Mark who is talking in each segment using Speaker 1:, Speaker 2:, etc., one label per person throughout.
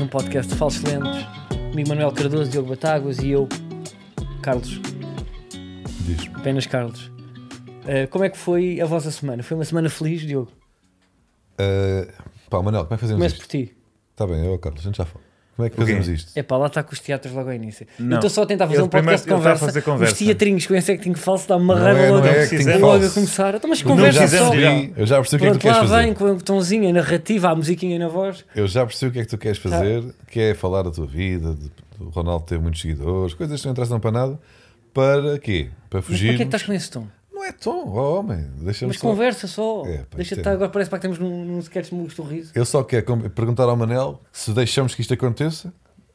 Speaker 1: um podcast de Falsos Lentes. Comigo Manuel Cardoso, Diogo Batáguas e eu, Carlos.
Speaker 2: Diz.
Speaker 1: Apenas Carlos. Eh, como é que foi a vossa semana? Foi uma semana feliz, Diogo?
Speaker 2: Ah, pá, Manel, como é que fazemos
Speaker 1: Começo por
Speaker 2: isto?
Speaker 1: ti.
Speaker 2: Está bem, eu, Carlos, a gente já fala. Como é que
Speaker 3: O quê?
Speaker 2: fazemos isto?
Speaker 1: É pá, lá está com os teatros logo ao início. Eu
Speaker 3: Não.
Speaker 1: estou só a tentar fazer
Speaker 3: Ele
Speaker 1: um podcast de
Speaker 3: primeiro- ele está a
Speaker 1: conversa.
Speaker 3: fazer conversa.
Speaker 1: Os teatrinhos com é o insectinho falso dá uma
Speaker 2: Não
Speaker 1: raiva
Speaker 2: é- não
Speaker 1: logo,
Speaker 2: é
Speaker 3: acting
Speaker 1: logo a
Speaker 2: falso.
Speaker 1: começar. Então, mas
Speaker 2: eu já
Speaker 1: conversa
Speaker 3: precisamos
Speaker 1: só.
Speaker 3: de ir
Speaker 2: percebi, eu já percebi o que é que tu
Speaker 1: Pronto,
Speaker 2: queres
Speaker 1: lá
Speaker 2: fazer.
Speaker 1: vem com o tomzinho, a narrativa, a musiquinha na voz.
Speaker 2: Eu já percebi o que é que tu
Speaker 1: Ah.
Speaker 2: queres fazer, que é falar da tua vida, de, do Ronaldo ter muitos seguidores, coisas que não interessam para nada. Para quê? Para
Speaker 1: Mas para que é
Speaker 2: fugir.
Speaker 1: que estás com esse tom?
Speaker 2: Não é tom, ó homem, deixa-me
Speaker 1: Mas
Speaker 2: só.
Speaker 1: conversa só.
Speaker 2: É, pá,
Speaker 1: Deixa-te
Speaker 2: entendo.
Speaker 1: estar agora, parece pá, que estamos num, num sketch de Muros do Riso.
Speaker 2: Eu só quero com- perguntar ao Manel se deixamos que isto aconteça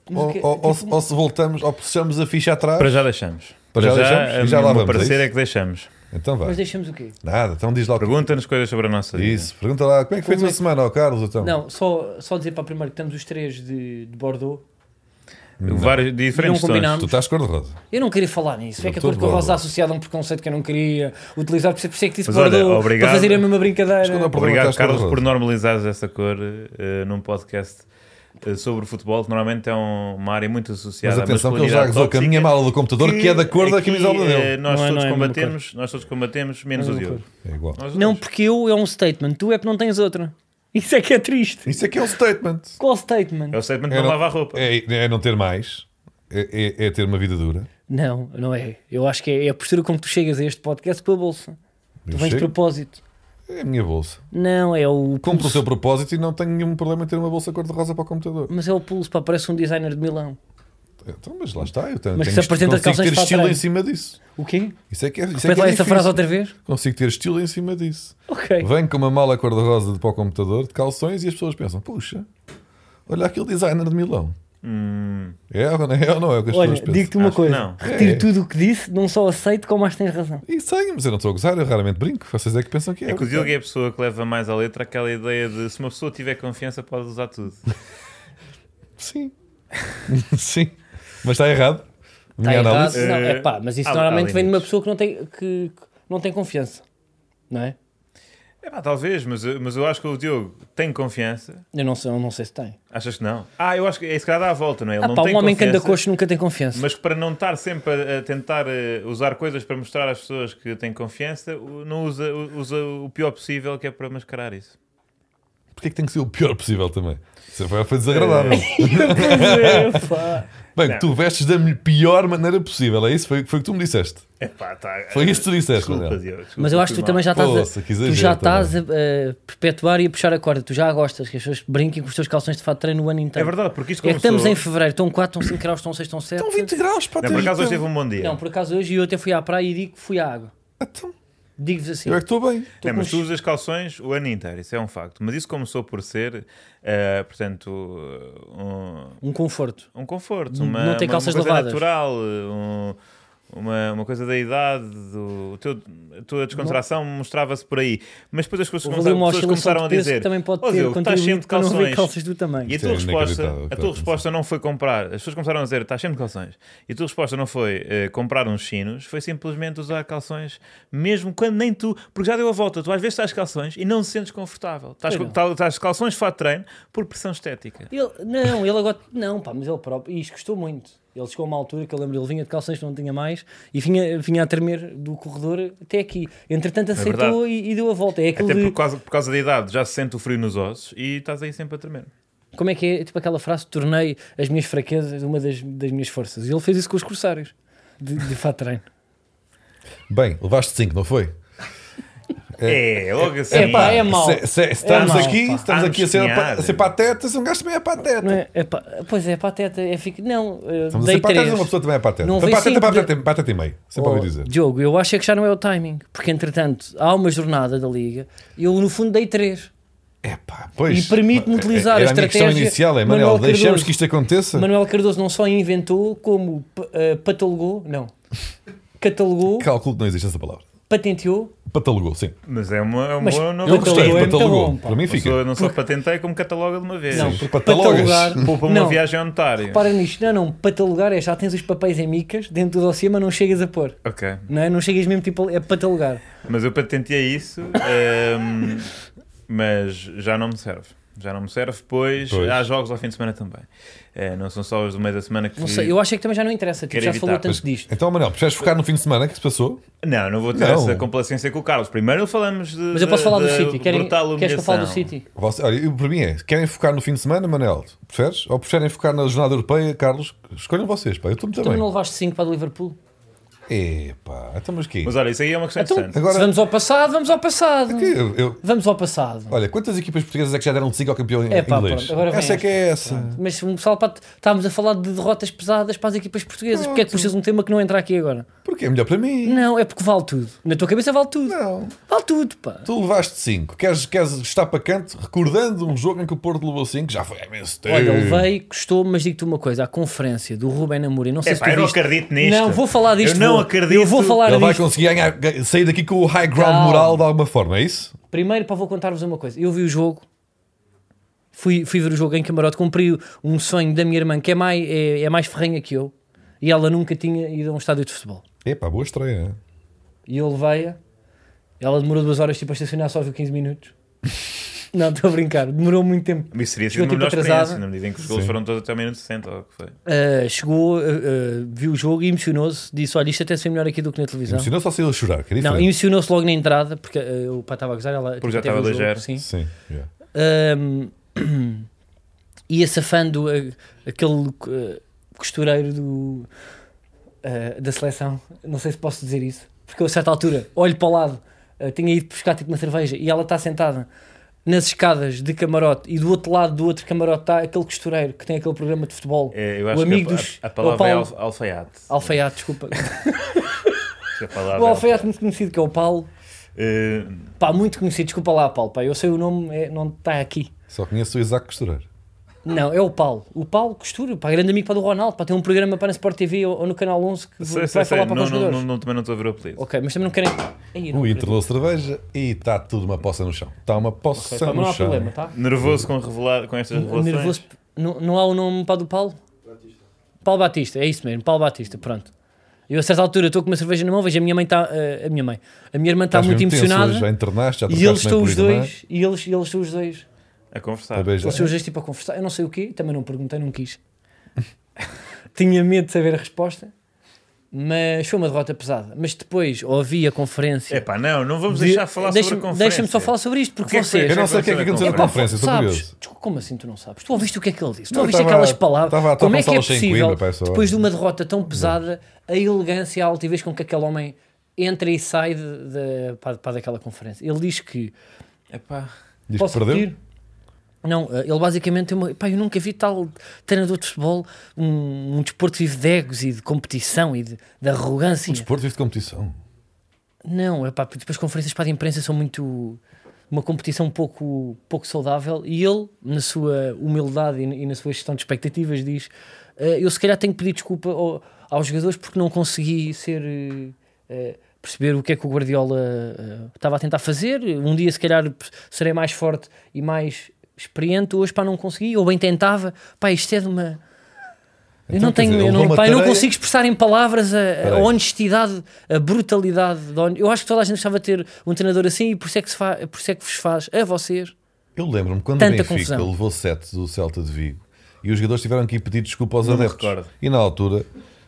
Speaker 1: Mas
Speaker 2: ou,
Speaker 1: o que-
Speaker 2: ou- ou se-
Speaker 1: tipo-
Speaker 2: ou se voltamos ou puxamos a ficha atrás.
Speaker 3: Para já deixamos.
Speaker 2: Para já deixamos?
Speaker 3: a
Speaker 2: E já lá
Speaker 3: minha- o meu
Speaker 2: vamos, é
Speaker 3: parecer
Speaker 2: isso?
Speaker 3: é, que deixamos.
Speaker 2: Então vá.
Speaker 1: Mas deixamos o quê?
Speaker 2: Nada, então diz lá o que
Speaker 3: Pergunta-nos coisas sobre a nossa vida.
Speaker 2: Isso, pergunta lá como é que foi a tua
Speaker 1: Como é-
Speaker 2: semana, ó Carlos. Então,
Speaker 1: Não, só, só dizer para primeiro que estamos os três de, de Bordeaux.
Speaker 3: Vários, de diferentes
Speaker 1: Não combinámos.
Speaker 3: tons.
Speaker 2: tu estás cor-de-rosa.
Speaker 1: Eu não queria falar nisso. É que a cor
Speaker 2: Tudo
Speaker 1: de rosa
Speaker 2: Bordeaux.
Speaker 1: associada a um preconceito que eu não queria utilizar. Por isso por isso é que disse
Speaker 3: Mas olha,
Speaker 1: Bordeaux
Speaker 3: obrigado.
Speaker 1: para fazer a mesma
Speaker 2: Mas quando
Speaker 1: brincadeira.
Speaker 2: eu-
Speaker 3: Obrigado,
Speaker 2: Estás
Speaker 3: Carlos,
Speaker 2: cor-de-rosa.
Speaker 3: por normalizares essa cor eh, num podcast eh, sobre futebol, que normalmente é um- uma área muito associada
Speaker 2: Mas
Speaker 3: à
Speaker 2: atenção, que ele já
Speaker 3: masculinidade
Speaker 2: gozou com a minha
Speaker 3: tóxica,
Speaker 2: mala do computador que, é da cor da
Speaker 3: aqui,
Speaker 2: camisola
Speaker 3: eh,
Speaker 2: dele.
Speaker 3: Nós
Speaker 1: Não é, não é
Speaker 3: todos
Speaker 1: a mesma
Speaker 3: combatemos, nós todos combatemos, menos
Speaker 1: Não é
Speaker 3: o
Speaker 1: a mesma
Speaker 3: Diogo.
Speaker 2: É igual.
Speaker 3: Nós
Speaker 1: Não,
Speaker 3: dois.
Speaker 1: porque eu é um statement. Tu é que não tens outra. Isso é que é triste.
Speaker 2: Isso aqui é um statement.
Speaker 1: Qual statement?
Speaker 3: é o statement
Speaker 2: É
Speaker 3: não lava a roupa.
Speaker 2: É, é não ter mais, é, é- é ter uma vida dura.
Speaker 1: Não, não é. Eu acho que é, é a postura com que tu chegas a este podcast pela bolsa. Tu
Speaker 2: Eu
Speaker 1: vens de
Speaker 2: chego,
Speaker 1: propósito.
Speaker 2: é a minha bolsa.
Speaker 1: Não, é o
Speaker 2: Cumpro o
Speaker 1: pulso.
Speaker 2: seu propósito e não tenho nenhum problema em ter uma bolsa cor-de-rosa para o computador.
Speaker 1: Mas é o pulso, pá, parece um designer de Milão.
Speaker 2: Então, mas lá está, eu tenho,
Speaker 1: Mas se
Speaker 2: tenho
Speaker 1: apresenta de
Speaker 2: consigo
Speaker 1: calções
Speaker 2: ter
Speaker 1: para
Speaker 2: estilo em
Speaker 1: trás.
Speaker 2: cima disso.
Speaker 1: O quê?
Speaker 2: Isso é que é, isso é,
Speaker 1: Repete
Speaker 2: que é
Speaker 1: lá essa
Speaker 2: difícil.
Speaker 1: frase outra É. vez?
Speaker 2: Consigo ter estilo em cima disso.
Speaker 1: Ok.
Speaker 2: Venho com uma mala cor-de-rosa de- para o computador, de calções, e as pessoas pensam: puxa, olha aquele designer de Milão.
Speaker 3: Hum,
Speaker 2: É ou não é, ou não é o que as
Speaker 1: Olha,
Speaker 2: pessoas pensam?
Speaker 1: digo-te uma
Speaker 3: Acho que
Speaker 1: coisa.
Speaker 3: não.
Speaker 1: Retiro
Speaker 2: É.
Speaker 1: tudo o que disse, não só aceito, como acho que tens razão.
Speaker 2: E sei, mas eu não estou a gozar, eu raramente brinco. Vocês é que pensam que é.
Speaker 3: é que o Diogo é a pessoa que leva mais à letra aquela ideia de se uma pessoa tiver confiança pode usar tudo.
Speaker 2: Sim. Sim. Mas está errado. Minha
Speaker 1: Está errado.
Speaker 2: análise.
Speaker 1: Tá, Não,
Speaker 3: Eh,
Speaker 1: é pá, mas isso
Speaker 3: há- há
Speaker 1: normalmente vem de uma
Speaker 3: limites.
Speaker 1: pessoa que não tem, que, que não tem confiança. Não é?
Speaker 3: É pá, talvez, mas, eu- mas eu acho que o Diogo tem confiança.
Speaker 1: Eu não sei, eu não sei se tem.
Speaker 3: Achas que não? Ah, eu acho que é se calhar dá a volta, não é? Ele
Speaker 1: Ah,
Speaker 3: não
Speaker 1: pá,
Speaker 3: tem
Speaker 1: um homem que anda
Speaker 3: confiança,
Speaker 1: coxo nunca tem confiança.
Speaker 3: Mas que para não estar sempre a, a tentar eh, usar coisas para mostrar às pessoas que tem confiança, o- não usa, u- usa o pior possível que é para mascarar isso.
Speaker 2: Porquê é que tem que ser o pior possível também? Isso foi, foi desagradável.
Speaker 1: É, pá.
Speaker 2: Bem,
Speaker 3: Não.
Speaker 2: tu vestes da pior maneira possível, é isso? Foi, foi o que tu me disseste.
Speaker 3: É pá, tá.
Speaker 2: Foi isso que tu disseste,
Speaker 3: Desculpa,
Speaker 2: Manel.
Speaker 3: Diogo. desculpa,
Speaker 1: Mas eu acho que tu
Speaker 3: fui
Speaker 1: também
Speaker 3: mal.
Speaker 1: já estás,
Speaker 2: Poça,
Speaker 1: a,
Speaker 2: que
Speaker 1: tu
Speaker 2: exagero
Speaker 1: já estás a, a perpetuar e a puxar a corda. Tu já gostas que as pessoas brinquem com os teus calções de fato de treino o ano
Speaker 3: É
Speaker 1: inteiro.
Speaker 3: verdade, porque isto
Speaker 1: É que
Speaker 3: começou.
Speaker 1: estamos em fevereiro, estão 4, estão 5 graus, estão 6, estão 7.
Speaker 2: Estão 20 graus para
Speaker 3: Não, por acaso hoje teve um bom dia.
Speaker 1: Não, por acaso hoje eu até fui à praia e digo que fui à água.
Speaker 3: um-
Speaker 2: Então,
Speaker 1: Digo-vos assim.
Speaker 2: eu é que estou bem.
Speaker 3: Não, mas tu
Speaker 1: com-
Speaker 3: usas calções o ano inteiro, isso é um facto. Mas isso começou por ser, eh, portanto, um,
Speaker 1: Um conforto.
Speaker 3: um conforto,
Speaker 1: Não
Speaker 3: uma,
Speaker 1: tem
Speaker 3: uma-
Speaker 1: calças
Speaker 3: uma coisa
Speaker 1: lavadas.
Speaker 3: natural, um- uma, uma coisa da idade, do, o teu- a tua descontração mostrava-se por aí. Mas depois as pessoas
Speaker 1: Houve ali
Speaker 3: começaram,
Speaker 1: uma
Speaker 3: pessoas
Speaker 1: oscilação
Speaker 3: começaram a
Speaker 1: de peso que
Speaker 3: dizer:
Speaker 1: também pode
Speaker 3: "Ó,
Speaker 1: ter
Speaker 3: Diogo, estás sempre
Speaker 1: contribuído
Speaker 3: de
Speaker 1: para não haver
Speaker 3: calções.
Speaker 1: calças do tamanho.
Speaker 3: E a
Speaker 2: Isso
Speaker 3: tua,
Speaker 2: é
Speaker 3: resposta,
Speaker 2: inacreditável,
Speaker 3: a
Speaker 2: claro,
Speaker 3: tua resposta não foi comprar. As pessoas começaram a dizer, estás sempre de calções. E a tua resposta não foi eh, comprar uns chinos, foi simplesmente usar calções, mesmo quando nem tu, porque já deu a volta. Tu às vezes estás de calções e não te sentes confortável. Estás,
Speaker 1: Pois
Speaker 3: com-
Speaker 1: não.
Speaker 3: tal- estás de calções de fato de treino por pressão estética.
Speaker 1: Ele, não, ele agora. Não, pá, mas ele próprio. E isto custou muito. Ele chegou a uma altura que eu lembro, ele vinha de calções que não tinha mais e vinha, vinha a tremer do corredor até aqui. Entretanto, aceitou
Speaker 3: É verdade.
Speaker 1: e, e deu a volta. É aquele
Speaker 3: Até
Speaker 1: de,
Speaker 3: por causa, por causa da idade, já se sente o frio nos ossos e estás aí sempre a tremer.
Speaker 1: Como é que é? Tipo aquela frase: tornei as minhas fraquezas uma das, das minhas forças. E ele fez isso com os corsários de, de fato de treino.
Speaker 2: Bem, levaste 5, não foi?
Speaker 3: É, logo assim.
Speaker 1: É pá, é mau. É
Speaker 2: Se, se- estamos
Speaker 1: mau,
Speaker 2: aqui,
Speaker 1: pá.
Speaker 2: estamos aqui a ser,
Speaker 3: Vamos
Speaker 2: a, a ser
Speaker 3: chiar.
Speaker 2: pateta, se um gajo também é pateta.
Speaker 1: Não é? É pá- pois é, pateta. É fic... Não, eh,
Speaker 2: Estamos a
Speaker 1: dei
Speaker 2: ser pateta, uma
Speaker 1: três.
Speaker 2: pessoa também é pateta.
Speaker 1: Não
Speaker 2: Então,
Speaker 1: vi
Speaker 2: pateta,
Speaker 1: cinco
Speaker 2: pateta, pateta e meio. Sempre ouvi
Speaker 1: Oh,
Speaker 2: dizer.
Speaker 1: Diogo, eu acho é que já não é o timing, porque entretanto há uma jornada da Liga e eu no fundo dei 3
Speaker 2: Epá, pois.
Speaker 1: E permite-me
Speaker 2: É-
Speaker 1: utilizar
Speaker 2: era
Speaker 1: a
Speaker 2: minha questão
Speaker 1: estratégia
Speaker 2: inicial, é,
Speaker 1: Manuel
Speaker 2: Manel,
Speaker 1: Cardoso.
Speaker 2: deixamos que isto aconteça.
Speaker 1: Manuel Cardoso não só inventou, como pa- eh, catalogou, não, catalogou,
Speaker 2: Calculo que não existe essa palavra.
Speaker 1: patenteou,
Speaker 2: Patalogou, sim.
Speaker 3: Mas é uma, é um
Speaker 1: Mas
Speaker 3: bom nome.
Speaker 2: Eu
Speaker 1: Patalogou
Speaker 2: gostei,
Speaker 1: é muito
Speaker 2: patalogou.
Speaker 1: bom, pá.
Speaker 2: Para mim
Speaker 3: Uma pessoa
Speaker 2: fica.
Speaker 3: não só patentei como cataloga de uma vez.
Speaker 1: não,
Speaker 3: Sim.
Speaker 1: porque
Speaker 2: patalogas.
Speaker 1: patalogar,
Speaker 3: Poupa uma
Speaker 1: não,
Speaker 3: viagem a notário.
Speaker 1: para nisto, não, não, patalogar é já tens os papéis em micas dentro do dossiê, mas não chegas a pôr,
Speaker 3: Ok.
Speaker 1: não é? Não chegas mesmo tipo a patalogar.
Speaker 3: Mas eu patentei isso, ehm, mas já não me serve. Já não me serve, pois,
Speaker 2: Pois.
Speaker 3: há jogos ao fim de semana também. Eh, não são só os do meio da semana que.
Speaker 1: Não sei, eu acho é que também já não interessa. Tipo,
Speaker 3: Quero
Speaker 1: já se falou
Speaker 3: evitar,
Speaker 1: tanto disto.
Speaker 2: Então, Manuel, preferes focar no fim de semana que se passou?
Speaker 3: Não, não vou ter
Speaker 2: Não.
Speaker 3: essa complacência com o Carlos. Primeiro falamos de.
Speaker 1: Mas eu posso
Speaker 3: de-
Speaker 1: falar do
Speaker 3: de
Speaker 1: City. Querem,
Speaker 3: brutal
Speaker 1: queres que eu fale do
Speaker 3: humilhação.
Speaker 1: City?
Speaker 2: Você, olha, eu- para mim é, querem focar no fim de semana, Manuel? Preferes? Ou preferem focar na jornada europeia, Carlos? Escolham vocês, pá. Eu estou muito
Speaker 1: Também
Speaker 2: bem.
Speaker 1: não levaste 5 para o Liverpool?
Speaker 2: Epá, então mas que
Speaker 3: Mas olha, isso aí é uma questão
Speaker 1: Então,
Speaker 3: interessante.
Speaker 2: Agora- É
Speaker 1: se vamos ao passado, vamos ao passado.
Speaker 2: eu, eu-
Speaker 1: Vamos ao passado.
Speaker 2: Olha, quantas equipas portuguesas é que já deram 5 ao campeão
Speaker 1: É pá,
Speaker 2: inglês?
Speaker 1: pronto, agora vem
Speaker 2: essa é que é essa.
Speaker 1: Mas um pessoal, pá, estávamos a falar de derrotas pesadas para as equipas portuguesas. Porque é que puxas um tema que não entra aqui agora?
Speaker 2: Porque é melhor para mim.
Speaker 1: Não, é porque vale tudo. Na tua cabeça vale tudo.
Speaker 2: Não.
Speaker 1: Vale tudo, pá.
Speaker 2: Tu levaste 5. Queres, queres estar para canto recordando um jogo em que o Porto levou 5? Já foi há imenso tempo.
Speaker 1: Olha, levei, custou, mas digo-te uma coisa: a conferência do Rubén Amorim, não sei se
Speaker 3: Epá,
Speaker 1: tu
Speaker 3: eu não
Speaker 1: viste.
Speaker 3: acredito nisto.
Speaker 1: Não, vou falar disto.
Speaker 3: Eu não
Speaker 1: vou.
Speaker 3: acredito.
Speaker 1: Eu vou falar
Speaker 2: Ele vai
Speaker 1: disto.
Speaker 2: conseguir ganhar- ga- sair daqui com o high ground
Speaker 1: Calma.
Speaker 2: moral de alguma forma, é isso?
Speaker 1: Primeiro, para vou contar-vos uma coisa: eu vi o jogo, fui, fui ver o jogo em camarote, cumpri um sonho da minha irmã, que é mais, é, é mais ferrenha que eu, e ela nunca tinha ido a um estádio de futebol.
Speaker 2: Epá, boa estreia. né?
Speaker 1: E eu levei-a. Ela demorou duas horas tipo, a estacionar, só viu 15 minutos. não, estou a brincar. Demorou muito tempo.
Speaker 3: Isso seria sido
Speaker 1: Chegou
Speaker 3: uma melhor
Speaker 1: tipo atrasada.
Speaker 3: experiência, na medida em que os gols
Speaker 2: Sim.
Speaker 3: foram todos até o minuto 60, ou o que foi.
Speaker 1: Uh, chegou, uh, uh, viu o jogo e emocionou-se. Disse: Olha, isto até foi melhor aqui do que na televisão.
Speaker 2: Emocionou só se ele a chorar, que é
Speaker 1: Não,
Speaker 2: diferente.
Speaker 1: emocionou-se logo na entrada, porque uh, o pai estava a gozar. Ela
Speaker 3: Porque já
Speaker 1: teve
Speaker 3: estava
Speaker 1: o jogo,
Speaker 3: ligeiro.
Speaker 1: Sim.
Speaker 2: Sim, yeah.
Speaker 1: Um, ia safando uh, aquele uh, costureiro do, uh, da seleção. Não sei se posso dizer isso, porque eu a certa altura olho para o lado, uh, tinha ido buscar tipo uma cerveja e ela está sentada nas escadas de camarote e do outro lado do outro camarote está aquele costureiro que tem aquele programa de futebol.
Speaker 3: Eh, Eu
Speaker 1: O
Speaker 3: acho
Speaker 1: amigo
Speaker 3: que a,
Speaker 1: dos-
Speaker 3: a, a palavra
Speaker 1: é
Speaker 3: é
Speaker 1: o
Speaker 3: al- alfaiate.
Speaker 1: Alfaiate, desculpa.
Speaker 3: A palavra
Speaker 1: o
Speaker 3: é
Speaker 1: alfaiate muito conhecido que é o Paulo.
Speaker 3: Eh,
Speaker 1: Pá, muito conhecido, desculpa lá, Paulo. Pá, eu sei o nome, é- não está aqui.
Speaker 2: Só conheço o Isaac Costureiro.
Speaker 1: Não, é o Paulo. O Paulo costura, pá, grande amigo pá, do Ronaldo, para ter um programa para na Sport TV ou, ou no Canal 11 que
Speaker 3: sei,
Speaker 1: vai
Speaker 3: sei, sei.
Speaker 1: falar para
Speaker 3: Não,
Speaker 1: os
Speaker 3: não,
Speaker 1: jogadores.
Speaker 3: não, não- também não estou a ver o apelido.
Speaker 1: Ok, mas também não querem. Aí, não,
Speaker 2: O Inter
Speaker 1: acredito.
Speaker 2: deu cerveja e está tudo uma poça no chão. Está uma poça
Speaker 1: Pá, mas
Speaker 2: no
Speaker 1: não há
Speaker 2: chão.
Speaker 1: problema, tá?
Speaker 3: Nervoso com, revelar, com estas revelações.
Speaker 1: Nervoso. Não, não há o nome para do Paulo? Paulo Batista, é isso mesmo, Paulo Batista, pronto. Eu a certa altura estou com uma cerveja na mão, vejo a minha mãe está. eh, a minha mãe. A minha irmã está
Speaker 2: Estás
Speaker 1: muito
Speaker 2: mesmo tenso
Speaker 1: emocionada.
Speaker 2: hoje, Já internaste, já
Speaker 1: e eles
Speaker 2: trocaste bem
Speaker 1: estão
Speaker 2: por
Speaker 1: os
Speaker 2: irmã.
Speaker 1: dois, e eles, e eles estão os dois.
Speaker 3: A conversar.
Speaker 2: Talvez-
Speaker 1: Eles são os dois tipo a conversar. Eu não sei o quê, também não perguntei, não quis. Tinha medo de saber a resposta, mas foi uma derrota pesada. Mas depois ouvi a conferência.
Speaker 3: Epá, não, não É, vamos
Speaker 1: de-
Speaker 3: deixar falar
Speaker 1: deixa-me-
Speaker 3: sobre a conferência.
Speaker 1: Deixa-me só falar sobre isto,
Speaker 3: O
Speaker 1: porque
Speaker 3: que é que foi?
Speaker 1: vocês.
Speaker 2: Eu não sei o que é que aconteceu na
Speaker 1: Epá,
Speaker 2: conferência, estou
Speaker 1: sabes,
Speaker 2: curioso.
Speaker 1: desculpa, como assim tu não sabes? Tu ouviste o que é que ele disse? Tu
Speaker 2: Não,
Speaker 1: ouviste
Speaker 2: estava-
Speaker 1: aquelas palavras?
Speaker 2: estava a tua
Speaker 1: Como é que é
Speaker 2: Gonçalo Cheio em
Speaker 1: possível,
Speaker 2: Coimbra, pá, essa hora.
Speaker 1: depois de uma derrota tão pesada, a elegância, a altivez com que aquele homem entra e sai de, de- pá, pá, daquela conferência? Ele diz que
Speaker 3: Epá.
Speaker 2: Diz que
Speaker 1: Posso
Speaker 2: perdeu.
Speaker 1: repetir? Não, eh, ele basicamente tem uma. Pá, eu nunca vi tal treinador de futebol, um, um desporto vive de egos e de competição e de, de arrogância.
Speaker 2: O desporto vive de competição.
Speaker 1: Não, é pá, depois as conferências para a imprensa são muito. uma competição um pouco, pouco saudável e ele, na sua humildade e, e na sua gestão de expectativas, diz: "Eh, Eu se calhar tenho que pedir desculpa ao- aos jogadores porque não consegui ser. eh, eh, perceber o que é que o Guardiola eh, estava a tentar fazer. Um dia, se calhar, p- serei mais forte e mais experiente. Hoje, pá, não consegui. Ou bem tentava. Pá, isto é de uma. Eu
Speaker 2: Então,
Speaker 1: não
Speaker 2: quer
Speaker 1: tenho,
Speaker 2: dizer,
Speaker 1: eu
Speaker 2: houve
Speaker 1: não,
Speaker 2: uma
Speaker 1: pá, eu não
Speaker 2: tareia-
Speaker 1: consigo expressar em palavras a, a
Speaker 2: aí.
Speaker 1: honestidade, a brutalidade. da hon- Eu acho que toda a gente gostava de ter um treinador assim e por isso é que, se fa, por isso é que vos faz a vocês.
Speaker 2: Eu lembro-me quando
Speaker 1: Tanta
Speaker 2: o Benfica
Speaker 1: confusão.
Speaker 2: levou 7 do Celta de Vigo e os jogadores tiveram que ir pedir desculpa aos
Speaker 3: Não me
Speaker 2: adeptos.
Speaker 3: recordo.
Speaker 2: E na altura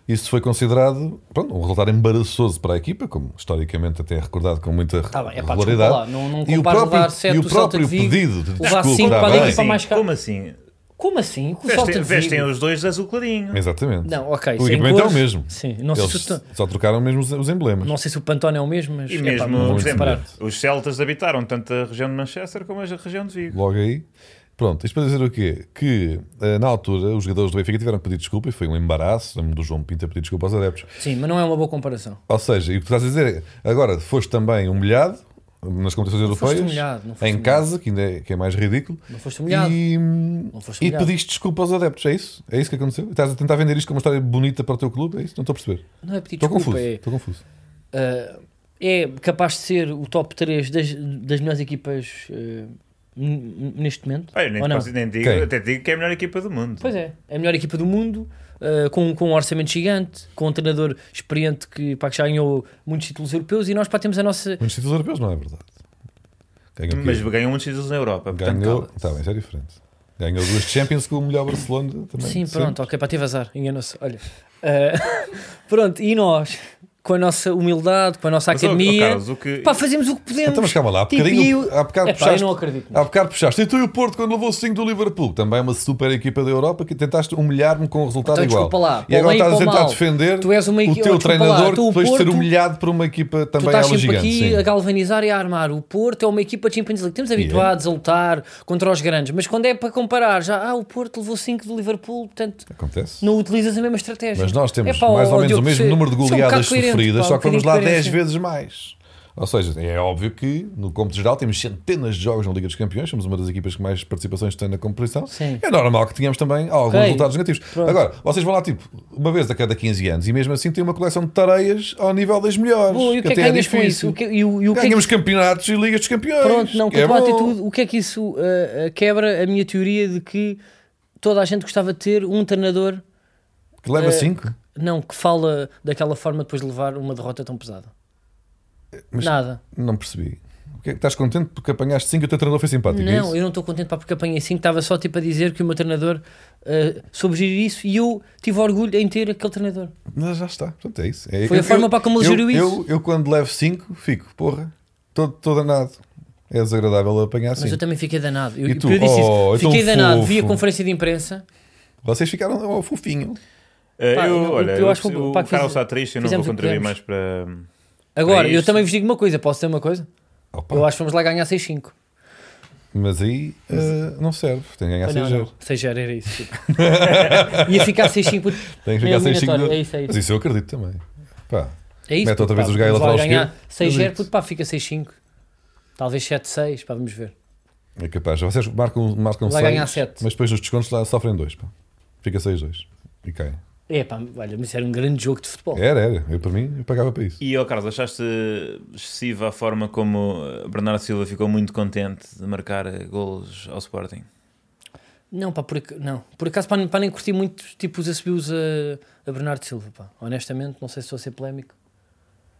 Speaker 2: isso foi considerado pronto, um resultado embaraçoso para a equipa, como historicamente até é recordado com muita
Speaker 1: Tá bem, é pá,
Speaker 2: regularidade.
Speaker 1: desculpa lá, não- não
Speaker 2: e o
Speaker 1: compares
Speaker 2: próprio,
Speaker 1: levar sete
Speaker 2: e o
Speaker 1: do Celta de
Speaker 2: próprio
Speaker 1: Vigo,
Speaker 2: pedido de
Speaker 1: levar
Speaker 2: desculpa
Speaker 1: cinco
Speaker 2: tá
Speaker 1: para a
Speaker 2: bem.
Speaker 1: equipa mais cara.
Speaker 3: Como assim?
Speaker 1: Como assim? Com o Celta de
Speaker 3: Vestem, vestem
Speaker 1: Vigo?
Speaker 3: os dois de azul clarinho.
Speaker 2: Exatamente.
Speaker 1: Não, ok.
Speaker 2: O
Speaker 1: sem
Speaker 2: equipamento é o
Speaker 1: cores.
Speaker 2: mesmo.
Speaker 1: Sim, não sei,
Speaker 2: Eles
Speaker 1: se, o Tan-
Speaker 2: só trocaram mesmo os, os emblemas.
Speaker 1: não sei se o Pantone é o mesmo, mas.
Speaker 3: E
Speaker 1: é pá,
Speaker 3: mesmo,
Speaker 1: não
Speaker 3: por
Speaker 1: vamos
Speaker 2: vamos
Speaker 3: exemplo,
Speaker 1: separar.
Speaker 2: separar.
Speaker 3: os celtas habitaram tanto a região de Manchester como a região de Vigo.
Speaker 2: Logo aí. Pronto, isto para dizer o quê? Que eh, na altura os jogadores do Benfica tiveram que pedir desculpa e foi um embaraço. Lembro do João Pinto a pedir desculpa aos adeptos.
Speaker 1: Sim, mas não é uma boa comparação.
Speaker 2: Ou seja, e o que tu estás a dizer é, agora foste também humilhado nas competições
Speaker 1: foste
Speaker 2: europeias,
Speaker 1: humilhado, não foste
Speaker 2: em
Speaker 1: humilhado.
Speaker 2: casa, que ainda é, que é mais ridículo,
Speaker 1: Não foste humilhado.
Speaker 2: e,
Speaker 1: foste
Speaker 2: e
Speaker 1: humilhado.
Speaker 2: pediste desculpa aos adeptos, é isso? É isso que aconteceu? Estás a tentar vender isto como uma história bonita para o teu clube? É isso? Não estou a perceber.
Speaker 1: Não é pedir
Speaker 2: Estou
Speaker 1: desculpa,
Speaker 2: confuso.
Speaker 1: é.
Speaker 2: Estou confuso.
Speaker 1: Uh, é capaz de ser o top 3 das, das melhores equipas uh, n- neste momento?
Speaker 3: Pá, eu nem,
Speaker 1: ou
Speaker 3: te
Speaker 1: não?
Speaker 3: posso- nem digo,
Speaker 2: Quem?
Speaker 3: até digo que é a melhor equipa do mundo.
Speaker 1: Pois é, é a melhor equipa do mundo, uh, com, com um orçamento gigante, com um treinador experiente que, pá, que já ganhou muitos títulos europeus e nós pá, temos a nossa.
Speaker 2: Muitos títulos europeus, não é verdade? Ganhou o
Speaker 3: Mas
Speaker 2: quê?
Speaker 3: ganham muitos títulos na Europa. portanto,
Speaker 2: Ganhou,
Speaker 3: cala-se.
Speaker 2: está bem, já é diferente. Ganhou duas Champions com o melhor Barcelona também.
Speaker 1: Sim,
Speaker 2: de
Speaker 1: pronto, ok, para tive azar, enganou-se. Olha, eh, pronto, e nós, com a nossa humildade, com a nossa
Speaker 3: Mas, ó, ó,
Speaker 1: academia,
Speaker 3: Carlos, o que-
Speaker 1: pá, fazemos o que podemos.
Speaker 2: Então, mas calma lá, há
Speaker 1: Tipo,
Speaker 2: bocadinho-
Speaker 1: e eu-
Speaker 2: há bocado
Speaker 1: Epá,
Speaker 2: puxaste-
Speaker 1: eu não acredito.
Speaker 2: Há bocado puxaste. E tu e o Porto, quando levou o 5 do Liverpool, também é uma super equipa da Europa, que tentaste humilhar-me com um resultado
Speaker 1: Então,
Speaker 2: igual.
Speaker 1: desculpa lá,
Speaker 2: e agora
Speaker 1: para o bem
Speaker 2: estás
Speaker 1: e para
Speaker 2: a
Speaker 1: o
Speaker 2: tentar
Speaker 1: mal.
Speaker 2: defender
Speaker 1: Tu és uma
Speaker 2: o
Speaker 1: equi-
Speaker 2: teu
Speaker 1: oh, desculpa lá,
Speaker 2: treinador
Speaker 1: tu,
Speaker 2: que
Speaker 1: o
Speaker 2: depois de ser
Speaker 1: Porto-
Speaker 2: humilhado por uma equipa
Speaker 1: Tu
Speaker 2: também
Speaker 1: estás
Speaker 2: ela
Speaker 1: sempre
Speaker 2: é um gigante.
Speaker 1: aqui
Speaker 2: sim. é.
Speaker 1: a galvanizar e a armar. O Porto é uma equipa de Champions League. Temos habituados a lutar contra os grandes, mas quando é para comparar, já ah, o Porto levou 5 do Liverpool, portanto,
Speaker 2: Acontece.
Speaker 1: não utilizas a mesma estratégia.
Speaker 2: Mas nós temos
Speaker 1: Epá,
Speaker 2: mais
Speaker 1: ó,
Speaker 2: ou menos o
Speaker 1: Diogo,
Speaker 2: mesmo
Speaker 1: se-
Speaker 2: número de
Speaker 1: se é um bocado
Speaker 2: goleadas
Speaker 1: coerente,
Speaker 2: sofridas,
Speaker 1: pá,
Speaker 2: só
Speaker 1: um
Speaker 2: que vamos lá
Speaker 1: bocadinho
Speaker 2: 10
Speaker 1: de coerência.
Speaker 2: vezes mais. Ou seja, é óbvio que no cômputo geral temos centenas de jogos na Liga dos Campeões, somos uma das equipas que mais participações tem na competição.
Speaker 1: Sim.
Speaker 2: É normal que tenhamos também alguns
Speaker 1: Ok.
Speaker 2: resultados negativos.
Speaker 1: Pronto.
Speaker 2: Agora, vocês vão lá tipo uma vez a cada 15 anos e mesmo assim tem uma coleção de tareias ao nível das melhores.
Speaker 1: Bom, e o que é que
Speaker 2: até
Speaker 1: ganhas com isso?
Speaker 2: difícil.
Speaker 1: O que, e o, e o que é que
Speaker 2: Ganhamos campeonatos e Ligas dos Campeões.
Speaker 1: Pronto, não,
Speaker 2: que é
Speaker 1: com a tua
Speaker 2: bom.
Speaker 1: atitude, o que é que isso ah, ah, quebra a minha teoria de que toda a gente gostava de ter um treinador
Speaker 2: Que leva
Speaker 1: Eh,
Speaker 2: 5.
Speaker 1: não que fala daquela forma depois de levar uma derrota tão pesada?
Speaker 2: mas-
Speaker 1: Nada.
Speaker 2: Não percebi. O que é que estás contente porque apanhaste 5 e o teu treinador foi simpático? é
Speaker 1: Não,
Speaker 2: isso?
Speaker 1: eu não estou contente para porque apanhei 5, estava só tipo a dizer que o meu treinador ah, soube gerir isso e eu tive orgulho em ter aquele treinador.
Speaker 2: Não, já está, pronto, é isso. É-
Speaker 1: Foi a forma para como ele
Speaker 2: eu-
Speaker 1: geriu isso.
Speaker 2: Eu, eu quando levo 5, fico, porra, todo, todo danado. É desagradável apanhar
Speaker 1: Mas eu
Speaker 2: 5.
Speaker 1: também fiquei danado. Eu,
Speaker 2: E
Speaker 1: eu
Speaker 2: tu?
Speaker 1: disse isso,
Speaker 2: Oh, é tão
Speaker 1: fiquei danado, vi a
Speaker 2: fofo.
Speaker 1: conferência de imprensa.
Speaker 2: Vocês ficaram ao fofinho.
Speaker 3: Eh,
Speaker 1: Pá,
Speaker 3: eu,
Speaker 1: não,
Speaker 3: olha,
Speaker 1: eu
Speaker 3: eu
Speaker 1: acho que o-
Speaker 3: o,
Speaker 1: pá, que
Speaker 3: Carlos
Speaker 1: fiz-
Speaker 3: está triste, eu não vou
Speaker 1: fizemos o que
Speaker 3: contribuir
Speaker 1: pudemos.
Speaker 3: mais para.
Speaker 1: Agora, eu
Speaker 2: É
Speaker 3: isto.
Speaker 1: também vos digo uma coisa, posso ter uma coisa?
Speaker 2: Opa,
Speaker 1: Eu acho que vamos lá ganhar 6-5.
Speaker 2: Mas aí eh, não serve, tem que ganhar
Speaker 1: Ou não,
Speaker 2: 6 euros.
Speaker 1: não. 6 0 era isso. tipo. Ia ficar 6-5. puto.
Speaker 2: Tem que
Speaker 1: É
Speaker 2: ganhar 6
Speaker 1: eliminatório,
Speaker 2: euros.
Speaker 1: é isso, é isso.
Speaker 2: Mas isso eu acredito também. Pá,
Speaker 1: É isso.
Speaker 2: Mete
Speaker 1: puto,
Speaker 2: outra vez
Speaker 1: pá,
Speaker 2: os gajos
Speaker 1: vamos lá
Speaker 2: lateral
Speaker 1: ganhar
Speaker 2: esquerdo.
Speaker 1: 6 0
Speaker 2: Acredito.
Speaker 1: puto, pá, fica 6-5. Talvez 7-6, pá, vamos ver.
Speaker 2: é capaz. Vocês marcam 6, marcam
Speaker 1: Vai
Speaker 2: seis,
Speaker 1: ganhar sete.
Speaker 2: mas depois nos descontos lá sofrem 2. Fica 6-2. E cai.
Speaker 1: É pá, olha, mas isso era um grande jogo de futebol.
Speaker 2: Era, era. Eu para mim, eu pagava para isso.
Speaker 3: E, ó Carlos, achaste excessiva a forma como eh, Bernardo Silva ficou muito contente de marcar eh, golos ao Sporting?
Speaker 1: Não, pá, por, ac- não. por acaso, pá, nem- pá, nem curti muito tipo, os assobios a, a Bernardo Silva, pá. Honestamente, não sei se estou a ser polémico.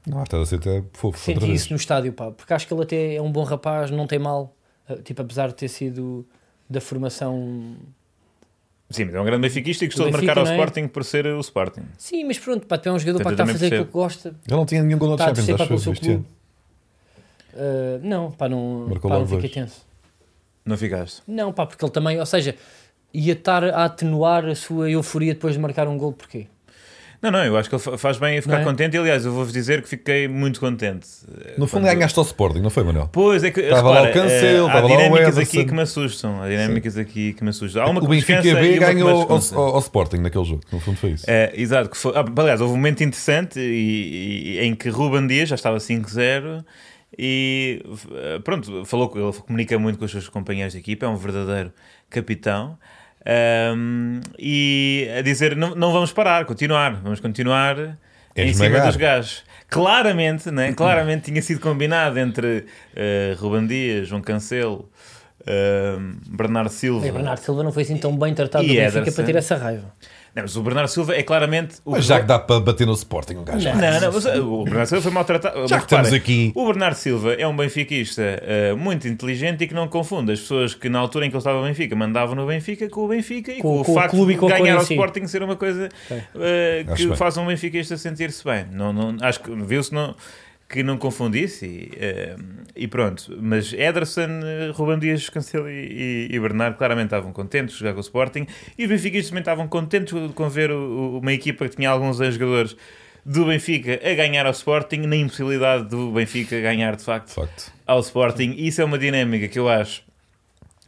Speaker 2: Não, estás a ser até fofo. outra
Speaker 1: Senti
Speaker 2: vez.
Speaker 1: isso no estádio, pá, porque acho que ele até é um bom rapaz, não tem mal, eh, tipo, apesar de ter sido da formação
Speaker 3: Sim, mas é um grande benfiquista e gostou de
Speaker 1: Benfica,
Speaker 3: marcar ao
Speaker 1: não é?
Speaker 3: Sporting por ser o Sporting.
Speaker 1: Sim, mas pronto, pá, tu é um jogador
Speaker 3: Portanto,
Speaker 1: pá, que está a
Speaker 3: eu
Speaker 1: fazer
Speaker 3: também
Speaker 1: aquilo que gosta,
Speaker 2: Ele não tinha nenhum gol na
Speaker 1: está a
Speaker 2: Champions,
Speaker 1: torcer Tá, para
Speaker 2: acho
Speaker 1: pelo
Speaker 2: eu,
Speaker 1: seu
Speaker 2: este ano.
Speaker 1: clube. Ah, não, pá, não,
Speaker 2: Marcou
Speaker 1: pá, não
Speaker 2: logo
Speaker 1: fiquei
Speaker 2: dois.
Speaker 1: tenso.
Speaker 3: Não ficaste?
Speaker 1: Não, pá, porque ele também, ou seja, ia estar a atenuar a sua euforia depois de marcar um gol, porquê?
Speaker 3: Não, não, eu acho que ele fa- faz bem em ficar
Speaker 1: Não é?
Speaker 3: contente. E, aliás, eu vou-vos dizer que fiquei muito contente. eh,
Speaker 2: No fundo
Speaker 3: quando-
Speaker 2: ganhaste ao Sporting, não foi, Manuel?
Speaker 3: Pois, é que
Speaker 2: Estava lá
Speaker 3: repara,
Speaker 2: o Cancelo,
Speaker 3: eh, há
Speaker 2: estava lá o
Speaker 3: dinâmicas
Speaker 2: Ederson.
Speaker 3: aqui que me assustam. Há dinâmicas aqui que me assustam. Há uma
Speaker 2: o Benfica
Speaker 3: confiança e
Speaker 2: B
Speaker 3: uma que me
Speaker 2: ganhou ao,
Speaker 3: desconfiança.
Speaker 2: ao- ao Sporting naquele jogo, no fundo foi isso.
Speaker 3: É, exato, que foi, ah, aliás, houve um momento interessante e- e- em que Ruben Dias já estava 5-0 e eh, pronto, falou, com- ele comunica muito com os seus companheiros de equipa, é um verdadeiro capitão. ahm, e a dizer: não, não vamos parar, continuar, vamos continuar
Speaker 2: É
Speaker 3: em cima
Speaker 2: esmagar.
Speaker 3: dos gajos. Claramente, né? claramente tinha sido combinado entre eh, Ruben Dias, João Cancelo, ahm, Bernardo Silva.
Speaker 1: Bem, É, Bernardo Silva não foi assim tão bem tratado
Speaker 3: E
Speaker 2: é
Speaker 1: do Benfica
Speaker 3: Ederson?
Speaker 1: para ter essa raiva.
Speaker 3: Não, mas o Bernardo Silva é claramente o
Speaker 2: Mas já que dá para bater no Sporting, um gajo. vai.
Speaker 3: Não, não, mas, uh, o Bernardo Silva foi maltratado.
Speaker 2: Já
Speaker 3: Mas
Speaker 2: que estamos
Speaker 3: reparem,
Speaker 2: aqui.
Speaker 3: O Bernardo Silva é um benfiquista uh, muito inteligente e que não confunde as pessoas que na altura em que ele estava no Benfica mandavam no Benfica com o Benfica e
Speaker 1: Com-
Speaker 3: com,
Speaker 1: com o
Speaker 3: o facto
Speaker 1: clube e com a
Speaker 3: de
Speaker 1: cor em
Speaker 3: ganhar ao
Speaker 1: si.
Speaker 3: Sporting ser uma coisa uh,
Speaker 2: Acho
Speaker 3: que
Speaker 2: bem.
Speaker 3: faz um benfiquista sentir-se bem. Não, não, acho que viu-se não- que não confundisse e, uh, e pronto. Mas Ederson, uh, Ruben Dias, Cancelo e, e- e Bernardo claramente estavam contentes de jogar com o Sporting e os benfiquistas também estavam contentes com ver o- o- uma equipa que tinha alguns jogadores do Benfica a ganhar ao Sporting, na impossibilidade do Benfica ganhar de
Speaker 2: De
Speaker 3: facto
Speaker 2: facto.
Speaker 3: ao Sporting. Isso é uma dinâmica que eu acho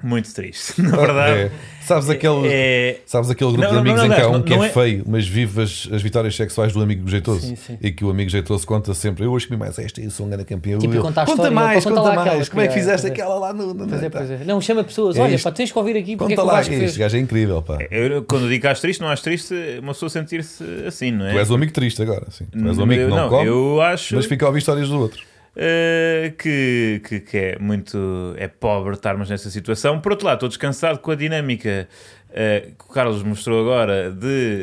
Speaker 3: muito triste, na verdade.
Speaker 2: É. Sabes aquele.
Speaker 3: É,
Speaker 2: Sabes aquele grupo
Speaker 3: Não,
Speaker 2: de
Speaker 3: não,
Speaker 2: amigos
Speaker 3: não,
Speaker 2: em que há
Speaker 3: aliás,
Speaker 2: um
Speaker 3: não-
Speaker 2: que
Speaker 3: não
Speaker 2: é,
Speaker 3: é-
Speaker 2: feio, mas vive as, as vitórias sexuais do amigo jeitoso
Speaker 1: Sim, sim.
Speaker 2: e que o amigo jeitoso conta sempre: Eu hoje comi mais esta e eu sou um grande campeão.
Speaker 1: Tipo,
Speaker 2: Eu-
Speaker 1: conta a
Speaker 2: conta
Speaker 1: história,
Speaker 2: mais,
Speaker 1: pá, conta
Speaker 2: conta,
Speaker 1: lá aquela
Speaker 2: mais. Como é que
Speaker 1: que-
Speaker 2: fizeste
Speaker 1: pois é.
Speaker 2: aquela lá no. no-
Speaker 1: Pois é,
Speaker 2: tá.
Speaker 1: pois é. Não, chama pessoas,
Speaker 2: É
Speaker 1: olha,
Speaker 2: isto.
Speaker 1: pá, tens que ouvir aqui porque é que
Speaker 2: Conta
Speaker 1: o
Speaker 2: lá,
Speaker 1: Vasco
Speaker 2: este
Speaker 1: fez.
Speaker 2: gajo é incrível. Pá.
Speaker 3: eu- quando digo que acho triste, não acho triste uma pessoa sentir-se assim, não é? Hum,
Speaker 2: Tu és o amigo triste agora. Sim. Tu és o amigo que
Speaker 3: Eu-
Speaker 2: não, come,
Speaker 3: eu acho
Speaker 2: mas fica a ouvir histórias do outro.
Speaker 3: Uh, que, que, que é muito é pobre estarmos nessa situação. Por outro lado, estou descansado com a dinâmica uh, que o Carlos mostrou agora eh,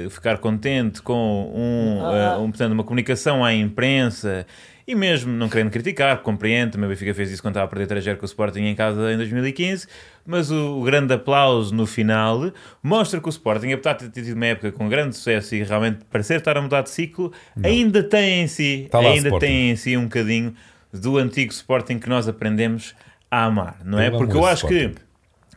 Speaker 3: de ficar contente com um, uh, um, portanto, uma comunicação à imprensa E mesmo não querendo criticar, compreendo, também o Benfica fez isso quando estava a perder 3 com o Sporting em casa em 2015, mas o, o grande aplauso no final mostra que o Sporting, apesar de ter tido uma época com grande sucesso e realmente parecer estar a mudar de ciclo, ainda tem em si,
Speaker 2: Está Tá lá,
Speaker 3: ainda
Speaker 2: Sporting.
Speaker 3: tem em si um bocadinho do antigo Sporting que nós aprendemos a amar, não é?
Speaker 2: Eu amo
Speaker 3: Porque eu
Speaker 2: esse
Speaker 3: acho que
Speaker 2: Sporting.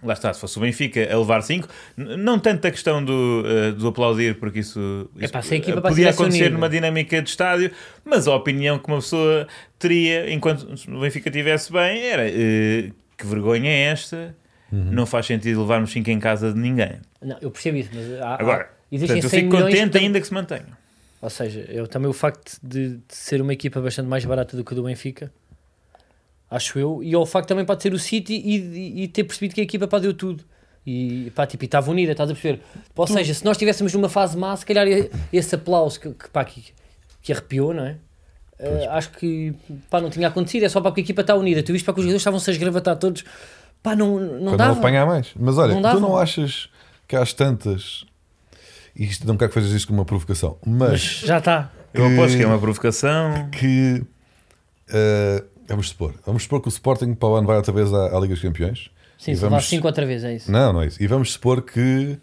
Speaker 3: Lá está, se fosse o Benfica a levar 5, não tanto a questão do, eh, do aplaudir, porque isso, isso
Speaker 1: pá, se a equipa
Speaker 3: eh,
Speaker 1: passa
Speaker 3: podia
Speaker 1: a se
Speaker 3: acontecer
Speaker 1: unir,
Speaker 3: numa
Speaker 1: né?
Speaker 3: dinâmica de estádio, mas a opinião que uma pessoa teria enquanto se o Benfica estivesse bem era eh, que vergonha é esta,
Speaker 2: Uhum.
Speaker 3: não faz sentido levarmos 5 em casa de ninguém.
Speaker 1: Não, eu percebo isso, mas há, há-
Speaker 3: Agora,
Speaker 1: Ah, existem
Speaker 3: portanto, eu
Speaker 1: 100
Speaker 3: fico
Speaker 1: milhões
Speaker 3: contente
Speaker 1: que tam-
Speaker 3: ainda que se mantenha.
Speaker 1: Ou seja, eu também o facto de, de ser uma equipa bastante mais barata do que a do Benfica, acho eu, e ao facto também para ter o City e, e- e ter percebido que a equipa pá, deu tudo. E pá, tipo, e estava unida, estás a perceber? Ou seja, se nós estivéssemos numa fase má, se calhar e- esse aplauso que, que, pá, que, que arrepiou, não é? Eh, acho que pá, não tinha acontecido, é só para porque a equipa está unida. Tu viste para que os jogadores estavam-se a esgravatar todos, pá, não, não
Speaker 2: para não
Speaker 1: dava.
Speaker 2: apanhar mais. Mas olha,
Speaker 1: Não
Speaker 2: tu
Speaker 1: dava.
Speaker 2: não achas que às tantas. E isto não quero que faças isto como uma provocação, mas
Speaker 1: Já está.
Speaker 3: Eu
Speaker 2: Que-
Speaker 3: aposto que é uma provocação.
Speaker 2: que eh, vamos supor, vamos supor que o Sporting para o ano vai outra vez à, à Liga dos Campeões.
Speaker 1: Sim,
Speaker 2: E
Speaker 1: se
Speaker 2: vamos-
Speaker 1: levar 5 outra vez, é isso.
Speaker 2: Não, não é isso. E vamos supor que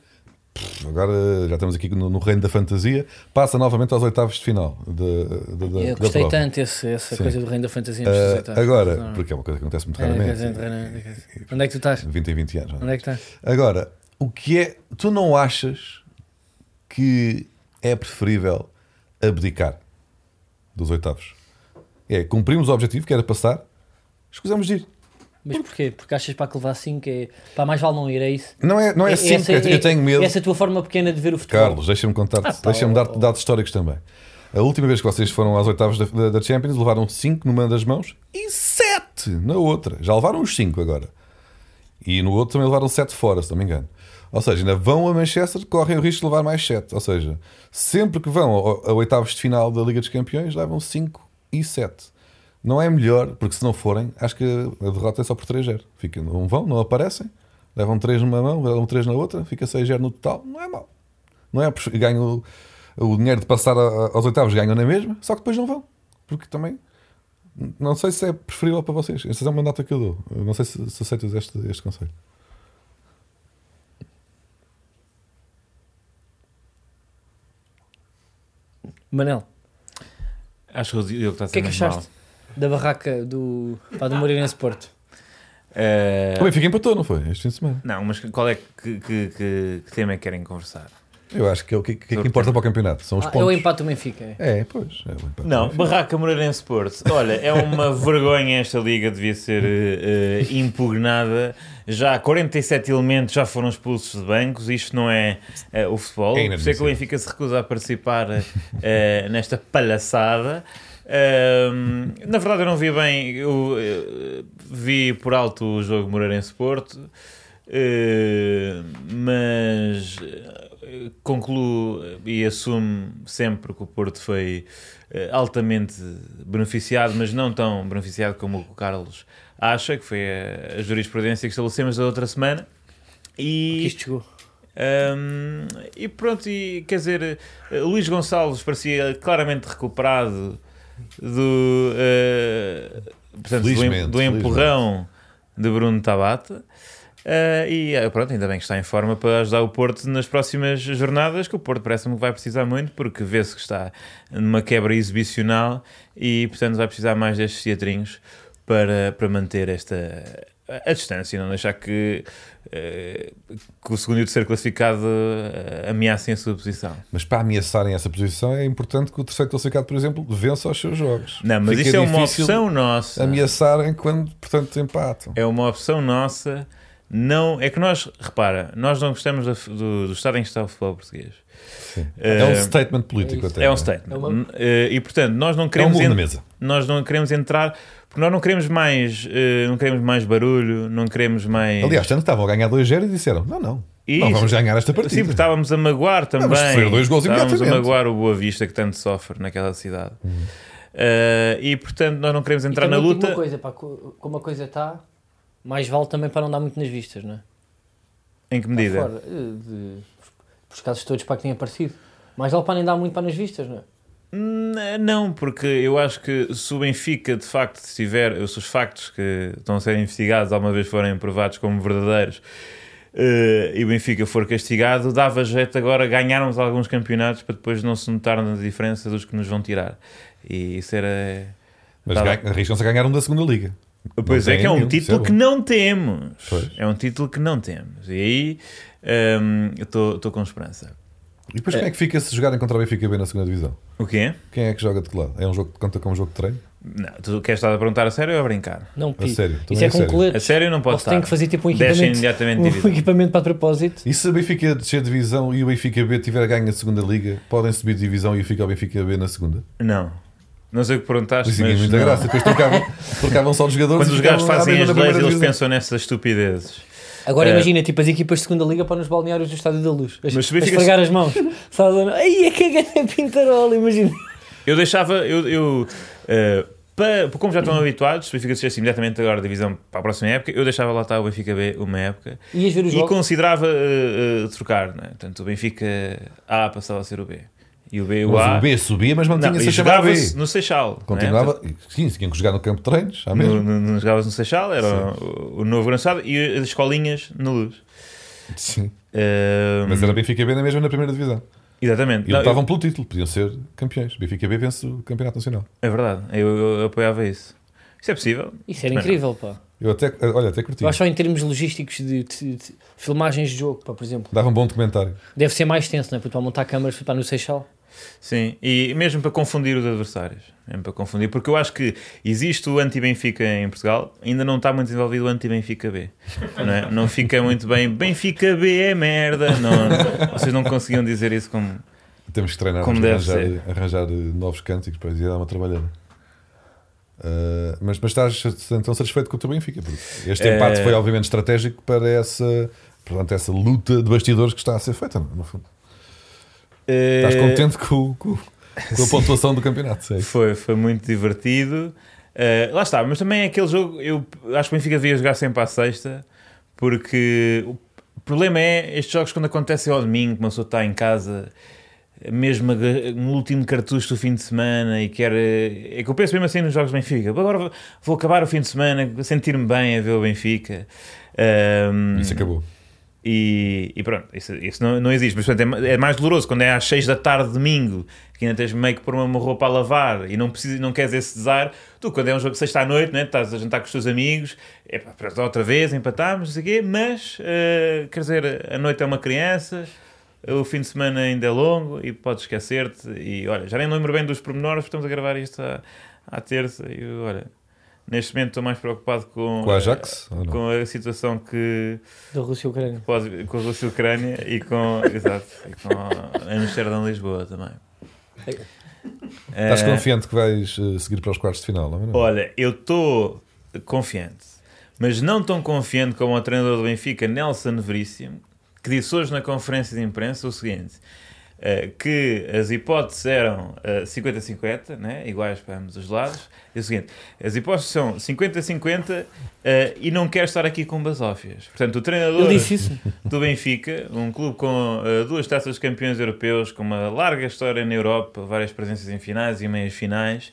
Speaker 2: pff, agora já estamos aqui no, no reino da fantasia, passa novamente aos oitavos de final da, da, da,
Speaker 1: Eu
Speaker 2: da
Speaker 1: gostei
Speaker 2: prova.
Speaker 1: tanto esse- essa
Speaker 2: Sim.
Speaker 1: coisa do reino da fantasia.
Speaker 2: Eh,
Speaker 1: não sei se está.
Speaker 2: agora,
Speaker 1: Não.
Speaker 2: porque é uma coisa que acontece muito
Speaker 1: É,
Speaker 2: raramente.
Speaker 1: quer dizer, reino- Onde é que tu estás?
Speaker 2: 20 em 20 anos. não é?
Speaker 1: Onde é que estás?
Speaker 2: Agora, o que é. Tu não achas que é preferível abdicar dos oitavos? É, cumprimos o objetivo, que era passar, escusamos de ir.
Speaker 1: Mas porquê? Porque achas para que levar 5 é. Pá, mais vale não ir, é isso?
Speaker 2: Não é, não é assim,
Speaker 1: essa-
Speaker 2: porque eu tenho medo.
Speaker 1: Essa é a tua forma pequena de ver o futebol.
Speaker 2: Carlos, deixa-me contar
Speaker 1: Ah, pá,
Speaker 2: deixa-me
Speaker 1: ó,
Speaker 2: dar-te
Speaker 1: ó.
Speaker 2: dados históricos também. A última vez que vocês foram às oitavas da, da- da Champions, levaram 5 numa das mãos e 7 na outra. Já levaram os 5 agora. E no outro também levaram 7 fora, se não me engano. Ou seja, ainda vão a Manchester, correm o risco de levar mais 7. Ou seja, sempre que vão ao- a oitavas de final da Liga dos Campeões, levam 5 e 7. Não é melhor, porque se não forem, acho que a derrota é só por 3-0. Fica, não vão, não aparecem, levam 3 numa mão, levam 3 na outra, fica 6-0 no total, não é mau. Não é? Porque ganham o dinheiro de passar a- a- aos oitavos, ganham na mesma, só que depois não vão. Porque também. Não sei se é preferível para vocês. Esta é uma nota que eu dou. Eu Não sei se, se aceitas este, este conselho.
Speaker 1: Manel,
Speaker 3: Acho que o Diogo está a
Speaker 1: o
Speaker 3: ser
Speaker 1: que é que
Speaker 3: muito mal.
Speaker 1: achaste da barraca do. pá, do Moreirense
Speaker 2: Ah,
Speaker 1: Porto?
Speaker 3: Eh,
Speaker 2: O Benfica empatou, não foi? Este fim de semana.
Speaker 3: não, mas qual é que, que, que- que tema é que querem conversar?
Speaker 2: Eu acho que é o que, que, é que importa para o campeonato. São os
Speaker 1: Ah, é o
Speaker 2: pontos.
Speaker 1: empate do Benfica. é.
Speaker 2: É, pois. É o empate.
Speaker 3: Não,
Speaker 2: Enfim.
Speaker 3: Barraca Moreirense Porto. Olha, é uma vergonha esta liga, devia ser eh, eh, impugnada. Já 47 elementos já foram expulsos de bancos, isto não é eh, o futebol.
Speaker 2: É
Speaker 3: Por isso é que o
Speaker 2: inadmissível.
Speaker 3: Benfica se recusa a participar eh, nesta palhaçada. Ahm, na verdade, eu não vi bem, eu eh, vi por alto o jogo Moreirense Porto. Eh, mas eh, concluo e assumo sempre que o Porto foi eh, altamente beneficiado, mas não tão beneficiado como o Carlos acha, que foi a, a jurisprudência que estabelecemos da outra semana.
Speaker 1: Que
Speaker 3: E,
Speaker 1: isto chegou.
Speaker 3: Hum, e pronto, e, quer dizer, eh, Luís Gonçalves parecia claramente recuperado do, eh, portanto, do em-
Speaker 2: Felizmente,
Speaker 3: do, empurrão de Bruno Tabata. Eh, e eh, pronto, ainda bem que está em forma para ajudar o Porto nas próximas jornadas, que o Porto parece-me que vai precisar muito, porque vê-se que está numa quebra exibicional e, portanto, vai precisar mais destes teatrinhos para, para manter esta a distância e não deixar que, eh, que o segundo e o terceiro classificado eh, ameacem a sua posição.
Speaker 2: Mas para ameaçarem essa posição é importante que o terceiro classificado, por exemplo, vença os seus jogos.
Speaker 3: Não, mas
Speaker 2: Fica
Speaker 3: isso é uma
Speaker 2: difícil
Speaker 3: opção nossa.
Speaker 2: Ameaçarem quando, portanto, empatam.
Speaker 3: É uma opção nossa. Não, é que nós, repara, nós não gostamos da- do, do estado em que está o futebol português.
Speaker 2: Sim.
Speaker 3: Eh,
Speaker 2: É um statement político
Speaker 1: é
Speaker 2: até.
Speaker 3: É
Speaker 2: não
Speaker 3: um statement.
Speaker 1: É uma-
Speaker 3: Eh, E portanto, nós não
Speaker 2: É um
Speaker 3: queremos
Speaker 2: muro na
Speaker 3: en-
Speaker 2: mesa.
Speaker 3: nós não queremos entrar, porque nós não queremos mais, eh, não queremos mais barulho, não queremos mais
Speaker 2: Aliás, tanto estavam a ganhar 2-0 e disseram: não, não,
Speaker 3: Isso.
Speaker 2: não vamos ganhar esta partida.
Speaker 3: Sim, porque estávamos a magoar também.
Speaker 2: Vamos sofrer dois golos
Speaker 3: estávamos a
Speaker 2: imediatamente. Uhum.
Speaker 3: magoar o Boa Vista que tanto sofre naquela cidade. Eh, e portanto, nós não queremos entrar
Speaker 1: E
Speaker 3: na
Speaker 1: também digo
Speaker 3: luta.
Speaker 1: Uma coisa, pá, co- como a coisa está, mais vale também para não dar muito nas vistas, não é?
Speaker 3: Em que
Speaker 1: Está
Speaker 3: medida?
Speaker 1: Fora, eh, de, os casos todos para que tenha aparecido. Mais vale para nem dar muito para nas vistas, não é?
Speaker 3: N- Não, porque eu acho que se o Benfica de facto tiver, se os factos que estão a ser investigados alguma vez forem provados como verdadeiros eh, e o Benfica for castigado, dava jeito agora ganharmos alguns campeonatos para depois não se notar na diferença dos que nos vão tirar. E isso era.
Speaker 2: Mas
Speaker 3: dava-
Speaker 2: ganha- arriscam-se a ganhar um da segunda liga.
Speaker 3: Pois
Speaker 2: Não
Speaker 3: é, que é
Speaker 2: tem
Speaker 3: um
Speaker 2: nenhum,
Speaker 3: título
Speaker 2: sei
Speaker 3: que
Speaker 2: lá.
Speaker 3: não temos.
Speaker 2: Pois.
Speaker 3: É um título que não temos. E aí hum, eu estou com esperança.
Speaker 2: E depois quem é que fica se jogarem contra o Benfica B na segunda divisão?
Speaker 3: O quê?
Speaker 2: Quem é que joga de que lado? É um jogo que conta como um jogo de treino?
Speaker 3: Não, tu queres estar a perguntar a sério ou a brincar?
Speaker 1: Não, Pito.
Speaker 2: sério,
Speaker 1: Isso
Speaker 2: também
Speaker 1: é
Speaker 2: a
Speaker 1: com
Speaker 2: sério.
Speaker 1: coletes.
Speaker 3: A sério não pode
Speaker 1: Ou se tem
Speaker 3: estar.
Speaker 1: que fazer tipo um
Speaker 3: Deixa
Speaker 1: equipamento,
Speaker 3: imediatamente
Speaker 1: um
Speaker 3: divisão.
Speaker 1: equipamento para propósito.
Speaker 2: E se o Benfica descer de divisão e o Benfica B tiver ganho a segunda liga, podem subir de divisão e fica o Benfica B na segunda?
Speaker 3: Não. Não sei o que perguntaste,
Speaker 2: Isso tinha
Speaker 3: mas
Speaker 2: muita
Speaker 3: não.
Speaker 2: graça, depois trocavam, trocavam só os jogadores.
Speaker 3: quando
Speaker 2: e
Speaker 3: os
Speaker 2: ficavam
Speaker 3: gajos
Speaker 2: à
Speaker 3: fazem
Speaker 2: mesma
Speaker 3: as
Speaker 2: na
Speaker 3: leis,
Speaker 2: primeira
Speaker 3: eles
Speaker 2: divisão.
Speaker 3: pensam nessas estupidezes.
Speaker 1: Agora
Speaker 3: É.
Speaker 1: imagina, tipo, as equipas de segunda liga para nos balneários do Estádio da Luz. As,
Speaker 3: Mas
Speaker 1: mas
Speaker 3: se bem fica-
Speaker 1: esfregar as mãos. Sabes? Ai, é que é que é pintarola, imagina.
Speaker 3: Eu deixava, eu, eu eh, pa- como já estão habituados, o Benfica descesse imediatamente agora a divisão para a próxima época, eu deixava lá estar o Benfica B uma época
Speaker 1: Ias ver os
Speaker 3: e
Speaker 1: jogos.
Speaker 3: considerava eh, eh, trocar, né? Portanto, o Benfica A passava a ser o B e o B o
Speaker 2: Mas
Speaker 3: A.
Speaker 2: o B subia, mas
Speaker 3: não,
Speaker 2: mantinha-se
Speaker 3: e
Speaker 2: a chamar B.
Speaker 3: jogava-se no Seixal. né?
Speaker 2: Continuava, sim, tinham que jogar no campo de treinos, à
Speaker 3: No,
Speaker 2: mesma.
Speaker 3: no, no, jogavas no Seixal, era o, o novo grançado e as escolinhas na luz.
Speaker 2: Sim.
Speaker 3: Eh,
Speaker 2: Mas era Benfica B na mesma na primeira divisão.
Speaker 3: Exatamente.
Speaker 2: E
Speaker 3: Não, eu-
Speaker 2: lutavam pelo título, podiam ser campeões. Benfica B vence o Campeonato Nacional.
Speaker 3: É verdade, eu, eu apoiava isso. Isso é possível?
Speaker 1: Isso era
Speaker 3: Não.
Speaker 1: incrível, pá.
Speaker 2: Eu até, olha, até curti.
Speaker 1: Eu acho só em termos logísticos de, de- de filmagens de jogo, pá, por exemplo.
Speaker 2: Dava um bom documentário.
Speaker 1: Deve ser mais tenso, não é? Porque para montar câmaras para no Seixal.
Speaker 3: Sim, e mesmo para confundir os adversários. Mesmo para confundir, porque eu acho que existe o anti-Benfica em Portugal, ainda não está muito desenvolvido o anti-Benfica B. Não, é? Não fica muito bem. Benfica B é merda. Não, vocês não conseguiam dizer isso como.
Speaker 2: Temos que treinar,
Speaker 3: Como
Speaker 2: temos que
Speaker 3: deve
Speaker 2: arranjar, arranjar, eh, novos cânticos para ir dar uma trabalhada. Ah, mas, mas estás então satisfeito com o teu Benfica? Porque este
Speaker 3: Eh,
Speaker 2: empate foi obviamente estratégico para essa, portanto, essa luta de bastidores que está a ser feita. No fundo. Estás
Speaker 3: Eh,
Speaker 2: contente com, com- com a pontuação do campeonato? é Sei.
Speaker 3: Foi, foi muito divertido. Uh, lá está, mas também é aquele jogo. Eu acho que o Benfica devia jogar sempre à sexta, porque o problema é estes jogos quando acontecem ao domingo, que uma pessoa está em casa, mesmo aga- no último cartucho do fim de semana, e quer. eh, É que eu penso mesmo assim nos jogos do Benfica. Agora vou- vou acabar o fim de semana, sentir-me bem a ver o Benfica. Um,
Speaker 2: Isso acabou.
Speaker 3: e, e pronto, isso, isso não, não existe. Mas portanto, é ma- é, mais doloroso quando é às 6 da tarde, domingo, que ainda tens meio que pôr uma roupa a lavar e não, precisas, não queres esse desar. Tu, quando é um jogo de sexta à noite, né, estás a jantar com os teus amigos, é pá, pronto, outra vez, empatámos, não sei o quê, mas eh, quer dizer, a noite é uma criança, o fim de semana ainda é longo e podes esquecer-te. E olha, já nem lembro bem dos pormenores, porque estamos a gravar isto à, à terça e olha. Neste momento estou mais preocupado com,
Speaker 2: Com a Ajax? ou não?
Speaker 3: Eh, com a situação que
Speaker 1: Da Rússia e Ucrânia.
Speaker 3: Pode- com a Rússia e a Ucrânia e com, exato, e com a Amsterdão e Lisboa também.
Speaker 2: Estás
Speaker 3: Eh,
Speaker 2: confiante que vais eh, seguir para os quartos de final? Não é?
Speaker 3: Olha, eu estou confiante, mas não tão confiante como o treinador do Benfica, Nelson Veríssimo, que disse hoje na conferência de imprensa o seguinte: eh, que as hipóteses eram eh, 50-50, né, iguais para ambos os lados. E o seguinte: as hipóteses são 50-50 eh, e não quero estar aqui com basófias. Portanto, o treinador.
Speaker 1: Ele disse isso.
Speaker 3: do Benfica, um clube com eh, duas taças de campeões europeus, com uma larga história na Europa, várias presenças em finais e meias finais,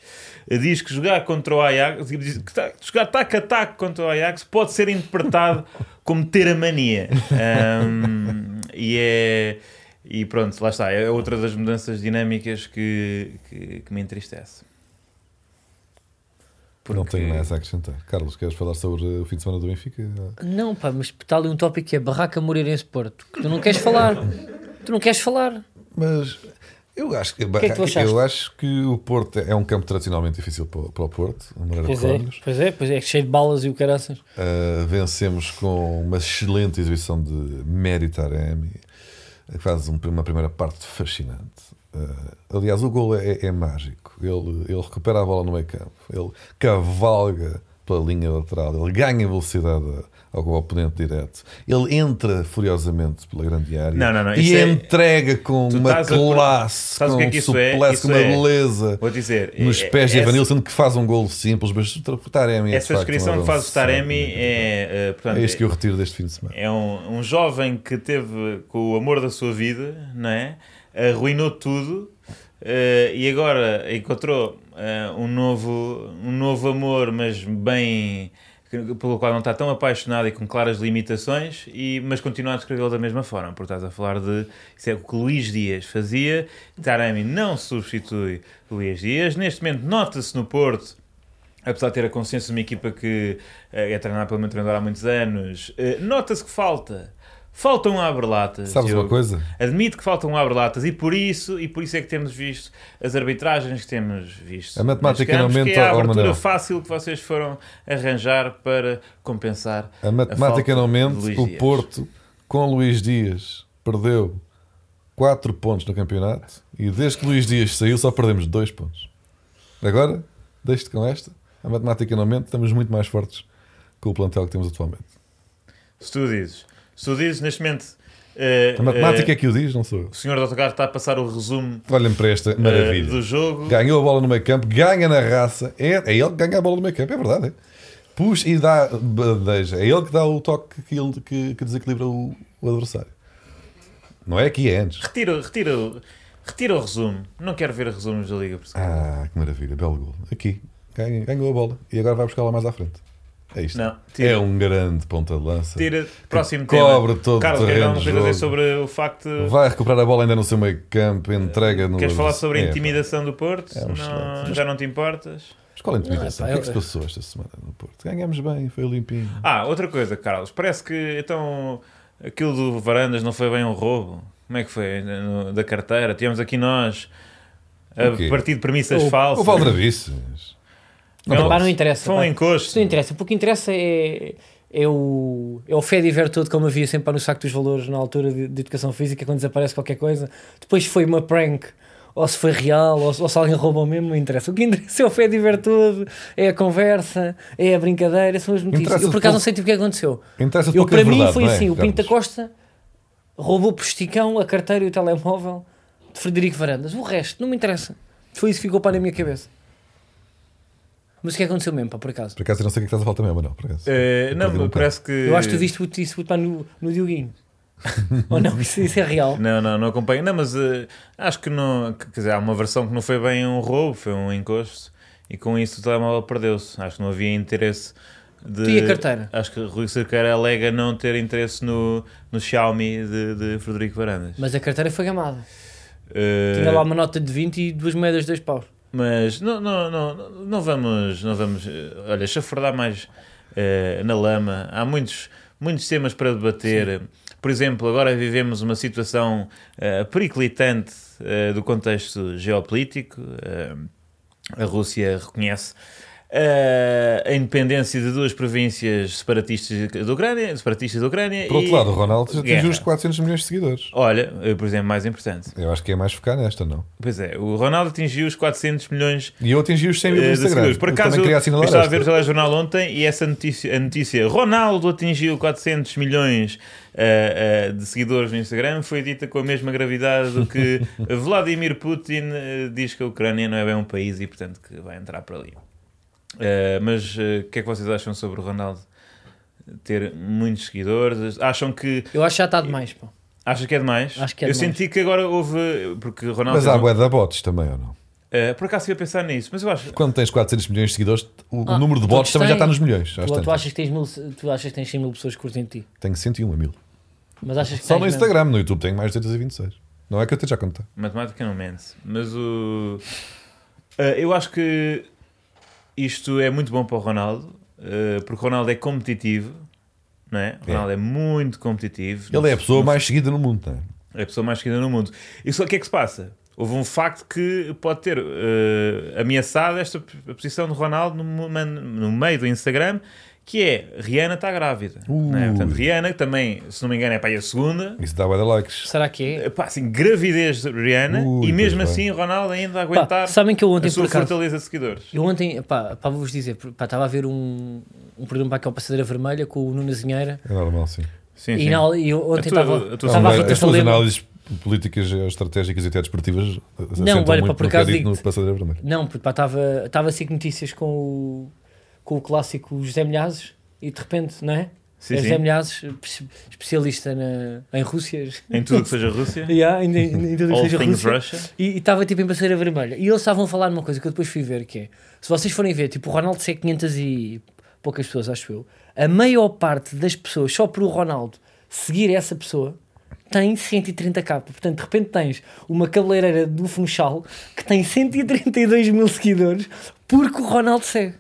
Speaker 3: eh, diz que jogar contra o Ajax, diz que tá- jogar tac a tac contra o Ajax pode ser interpretado como ter a mania. Ahm, e é. E pronto, lá está, é outra das mudanças dinâmicas que, que, que me entristece.
Speaker 2: Não tenho mais a acrescentar. Carlos, queres falar sobre eh, o fim de semana do Benfica?
Speaker 1: Não, pá, mas está ali um tópico que é Barraca Moreirense Porto. Que tu não queres falar. Tu não queres falar.
Speaker 2: Mas eu acho que,
Speaker 1: que é que tu achaste?
Speaker 2: eu acho que o Porto é um campo tradicionalmente difícil para, o- para o Porto, o Moreira de
Speaker 1: Pois é,
Speaker 2: Cónegos.
Speaker 1: pois é, pois é, cheio de balas e o caraças.
Speaker 2: Uh, vencemos com uma excelente exibição de Mérito Aremi, que faz um- uma primeira parte fascinante. Uh, aliás, o gol é, é mágico. Ele, ele recupera a bola no meio campo, ele cavalga pela linha lateral, ele ganha velocidade ao oponente direto, ele entra furiosamente pela grande área
Speaker 3: Não, não, não,
Speaker 2: e
Speaker 3: isso é-
Speaker 2: entrega com
Speaker 3: Tu
Speaker 2: uma
Speaker 3: estás a-
Speaker 2: classe,
Speaker 3: sabes
Speaker 2: com
Speaker 3: o que é
Speaker 2: um
Speaker 3: que isso é?
Speaker 2: suplesse, com
Speaker 3: Isso
Speaker 2: uma
Speaker 3: é-
Speaker 2: beleza
Speaker 3: Vou dizer,
Speaker 2: nos
Speaker 3: é-
Speaker 2: pés de
Speaker 3: é-
Speaker 2: Evanilson, que faz um gol simples, mas o Taremi é de
Speaker 3: Essa
Speaker 2: facto um
Speaker 3: descrição que faz o
Speaker 2: avançado.
Speaker 3: Taremi é, eh, portanto,
Speaker 2: É este que eu retiro deste fim de semana.
Speaker 3: É um, um jovem que teve com o amor da sua vida, não é? Arruinou tudo, eh, e agora encontrou eh, um, novo, um novo amor, mas bem. que- pelo qual não está tão apaixonado e com claras limitações, e, mas continua a descrevê-lo da mesma forma, porque estás a falar de. Isso é o que Luís Dias fazia. Taremi não substitui Luís Dias. Neste momento, nota-se no Porto apesar de ter a consciência de uma equipa que eh, é treinada pelo meu treinador há muitos anos, eh, nota-se que falta. Falta um abre-latas.
Speaker 2: Sabes uma
Speaker 3: Diogo.
Speaker 2: coisa?
Speaker 3: Admito que falta um abre-latas e por isso e por isso é que temos visto as arbitragens que temos visto.
Speaker 2: A matemática
Speaker 3: Mas digamos
Speaker 2: não mente
Speaker 3: que é a
Speaker 2: ao
Speaker 3: abertura
Speaker 2: Manel.
Speaker 3: fácil que vocês foram arranjar para compensar.
Speaker 2: A matemática
Speaker 3: falta
Speaker 2: não
Speaker 3: de
Speaker 2: mente.
Speaker 3: Luís
Speaker 2: O
Speaker 3: Dias.
Speaker 2: Porto, com Luís Dias, perdeu 4 pontos no campeonato e desde que Luís Dias saiu só perdemos 2 pontos. Agora, deixo-te com esta. A matemática não mente. Estamos muito mais fortes com o plantel que temos atualmente.
Speaker 3: Se tu dizes, se tu dizes neste momento, eh,
Speaker 2: A matemática
Speaker 3: eh,
Speaker 2: é que o diz, não sou eu.
Speaker 3: o senhor do autocarro está a passar o resumo
Speaker 2: Olhem para esta
Speaker 3: eh,
Speaker 2: maravilha.
Speaker 3: do jogo.
Speaker 2: Ganhou a bola no meio campo, ganha na raça. É, é ele que ganha a bola no meio campo, é verdade. É? Puxa e dá bandeja. É ele que dá o toque que, ele- que- que desequilibra o, o adversário. Não é aqui, é antes.
Speaker 3: Retira, retira, o- retira o resumo. Não quero ver resumos da Liga Portuguesa.
Speaker 2: Ah, que maravilha, belo gol. Aqui, ganha- ganhou a bola e agora vai buscar lá mais à frente. É isto.
Speaker 3: Não, tira.
Speaker 2: é um grande ponta de lança.
Speaker 3: Tira, próximo tema.
Speaker 2: Cobre todo o
Speaker 3: Carlos
Speaker 2: terreno de
Speaker 3: Guerrão, queres dizer
Speaker 2: jogo.
Speaker 3: sobre o facto.
Speaker 2: Vai recuperar a bola ainda no seu meio campo, entrega no.
Speaker 3: Queres falar sobre a
Speaker 2: É, pá.
Speaker 3: intimidação do Porto?
Speaker 2: É um
Speaker 3: Não-
Speaker 2: excelente.
Speaker 3: já não te importas?
Speaker 2: Mas qual a intimidação?
Speaker 1: Não,
Speaker 2: o
Speaker 1: é
Speaker 2: que
Speaker 1: pá,
Speaker 2: é que se
Speaker 1: eu-
Speaker 2: passou esta semana no Porto? Ganhámos bem, foi limpinho.
Speaker 3: Ah, outra coisa, Carlos. Parece que então aquilo do Varandas não foi bem um roubo. Como é que foi? No- da carteira? Tivemos aqui nós
Speaker 2: O quê?
Speaker 3: a partir de premissas
Speaker 1: O-
Speaker 2: O
Speaker 3: falsas.
Speaker 2: Valdravices. Não,
Speaker 3: Não,
Speaker 1: Pá, não
Speaker 2: posso.
Speaker 1: interessa.
Speaker 3: Foi um
Speaker 1: pá.
Speaker 3: encosto.
Speaker 1: Isso não interessa, porque o que interessa é, é o, é o fé de ver todo, como havia sempre pá, no saco dos valores na altura de, de educação física, quando desaparece qualquer coisa. Depois foi uma prank, ou se foi real, ou, se- ou se alguém roubou mesmo, não interessa. O que interessa é o fé de ver todo, é a conversa, é a brincadeira, são as notícias.
Speaker 2: Interessa
Speaker 1: Eu por acaso
Speaker 2: pouco.
Speaker 1: não sei tipo o que é que aconteceu.
Speaker 2: Interessa
Speaker 1: Eu,
Speaker 2: pouco a
Speaker 1: para mim
Speaker 2: verdade,
Speaker 1: foi
Speaker 2: não é,
Speaker 1: assim: o Pinto da
Speaker 2: Carlos?
Speaker 1: Costa roubou o posticão, a carteira e o telemóvel de Frederico Varandas. O resto não me interessa. Foi isso que ficou para na minha cabeça. Mas o que é que aconteceu mesmo, pá, por acaso?
Speaker 2: Por acaso eu não sei o que é que estás a falar também, mas não, por acaso.
Speaker 3: Eh,
Speaker 2: Eu
Speaker 3: não,
Speaker 2: perdi um
Speaker 3: parece que.
Speaker 1: Eu acho que tu viste muito isso muito, pá, no, no Dioguinho. Ou não, isso, isso é real.
Speaker 3: Não, não, não acompanho. Não, mas eh, acho que não. que- Quer dizer, há uma versão que não foi bem um roubo, foi um encosto. E com isso o telemóvel perdeu-se. Acho que não havia interesse de.
Speaker 1: Tu e a carteira?
Speaker 3: Acho que Rui Cerqueira alega não ter interesse no, no Xiaomi de, de Frederico Varandas.
Speaker 1: Mas a carteira foi gamada.
Speaker 3: Eh,
Speaker 1: Tinha lá uma nota de 20 e duas moedas de dois paus.
Speaker 3: mas não, não, não, não vamos, não vamos eh, olha, chafurdar mais eh, na lama. Há muitos, muitos temas para debater. Por exemplo, agora vivemos uma situação eh, periclitante eh, do contexto geopolítico. Eh, a Rússia reconhece eh, a independência de duas províncias separatistas da Ucrânia. Separatistas da Ucrânia
Speaker 2: Por outro
Speaker 3: e-
Speaker 2: lado, o Ronaldo já
Speaker 3: Guerra.
Speaker 2: atingiu os 400 milhões de seguidores.
Speaker 3: Olha, eh, por exemplo, mais importante.
Speaker 2: Eu acho que é mais focar nesta, não?
Speaker 3: Pois é, o Ronaldo atingiu os 400 milhões
Speaker 2: E eu atingi os 100 mil no
Speaker 3: Eh, de
Speaker 2: É Instagram.
Speaker 3: seguidores. Por
Speaker 2: Eu
Speaker 3: acaso,
Speaker 2: também
Speaker 3: eu
Speaker 2: queria assinalar
Speaker 3: estava a ver o
Speaker 2: esta.
Speaker 3: telejornal ontem e essa notícia, a notícia Ronaldo atingiu 400 milhões eh, eh, de seguidores no Instagram foi dita com a mesma gravidade do que Vladimir Putin eh, diz que a Ucrânia não é bem um país e, portanto, que vai entrar para ali. Eh, mas eh, o que é que vocês acham sobre o Ronaldo ter muitos seguidores? Acham que
Speaker 1: Eu acho que já está demais, pá.
Speaker 3: acham que é demais?
Speaker 1: Acho que é
Speaker 3: Eu
Speaker 1: demais.
Speaker 3: senti que agora houve porque Ronaldo
Speaker 2: Mas
Speaker 3: fez
Speaker 2: há
Speaker 3: um-
Speaker 2: bué da bots também, ou não?
Speaker 3: Eh, por acaso ia pensar nisso, mas eu acho
Speaker 2: Quando tens 400 milhões de seguidores, o
Speaker 1: Ah,
Speaker 2: número de
Speaker 1: todos
Speaker 2: bots também já
Speaker 1: têm.
Speaker 2: está nos milhões. Já
Speaker 1: Tu, tu
Speaker 2: está.
Speaker 1: achas que tens mil, tu achas que tens 100 mil pessoas que curtem de ti.
Speaker 2: Tenho 101 mil.
Speaker 1: Mas achas que
Speaker 2: Só
Speaker 1: tens
Speaker 2: no
Speaker 1: mesmo?
Speaker 2: Instagram, no YouTube tenho mais de 226. Não é que eu esteja a contar.
Speaker 3: Matemática não mente, mas o. Eh, eu acho que isto é muito bom para o Ronaldo, eh, porque o Ronaldo é competitivo, não é? O
Speaker 2: É.
Speaker 3: Ronaldo é, muito competitivo.
Speaker 2: Ele é a pessoa mais seguida no mundo, não é?
Speaker 3: É a pessoa mais seguida no mundo. E só o que é que se passa? Houve um facto que pode ter eh, ameaçado esta p- a posição do Ronaldo no, mo- man- no meio do Instagram, que é Rihanna está grávida. não é?
Speaker 2: Ui.
Speaker 3: Portanto, Rihanna, que também, se não me engano, é para aí a segunda.
Speaker 2: Isso dá bué de likes.
Speaker 1: Será que é?
Speaker 3: Pá, assim, gravidez de Rihanna
Speaker 2: Ui,
Speaker 3: e mesmo
Speaker 2: pois
Speaker 3: assim
Speaker 2: bem.
Speaker 3: Ronaldo ainda a
Speaker 1: Pá,
Speaker 3: aguentar
Speaker 1: sabem que eu ontem,
Speaker 3: a sua
Speaker 1: por acaso,
Speaker 3: fortaleza de seguidores.
Speaker 1: Eu ontem, pá, pá vou-vos dizer, pá, estava a ver um, um programa para aqui ao Passadeira Vermelha com o Nuno Azinheira
Speaker 2: É normal, sim.
Speaker 3: Sim,
Speaker 1: e, na- e eu
Speaker 3: A
Speaker 1: ontem
Speaker 3: tua-
Speaker 1: estava
Speaker 3: a tua-
Speaker 1: estava a
Speaker 3: Não,
Speaker 1: Rita
Speaker 2: as tuas
Speaker 1: Falema.
Speaker 2: análises políticas, estratégicas e até desportivas assentam
Speaker 1: olha,
Speaker 2: muito
Speaker 1: pá, por
Speaker 2: no que é
Speaker 1: acaso
Speaker 2: dito no
Speaker 1: digo-te.
Speaker 2: Passadeira Vermelha.
Speaker 1: Não, puto, pá, estava estava a seguir notícias com o, com o clássico José Milhazes e de repente, não é?
Speaker 3: Sim,
Speaker 1: é
Speaker 3: sim.
Speaker 1: José Milhazes, espe- especialista na, em Rússias.
Speaker 3: Em tudo que seja Rússia.
Speaker 1: Yeah, em, em, em tudo que
Speaker 3: All
Speaker 1: seja
Speaker 3: things
Speaker 1: Rússia.
Speaker 3: Russia.
Speaker 1: E e estava tipo em bandeira vermelha. E eles estavam a falar numa coisa que eu depois fui ver, que é, se vocês forem ver, tipo, o Ronaldo segue 500 e poucas pessoas, acho eu, a maior parte das pessoas, só por o Ronaldo seguir essa pessoa, tem 130k. Portanto, de repente tens uma cabeleireira do Funchal que tem 132 mil seguidores porque o Ronaldo segue.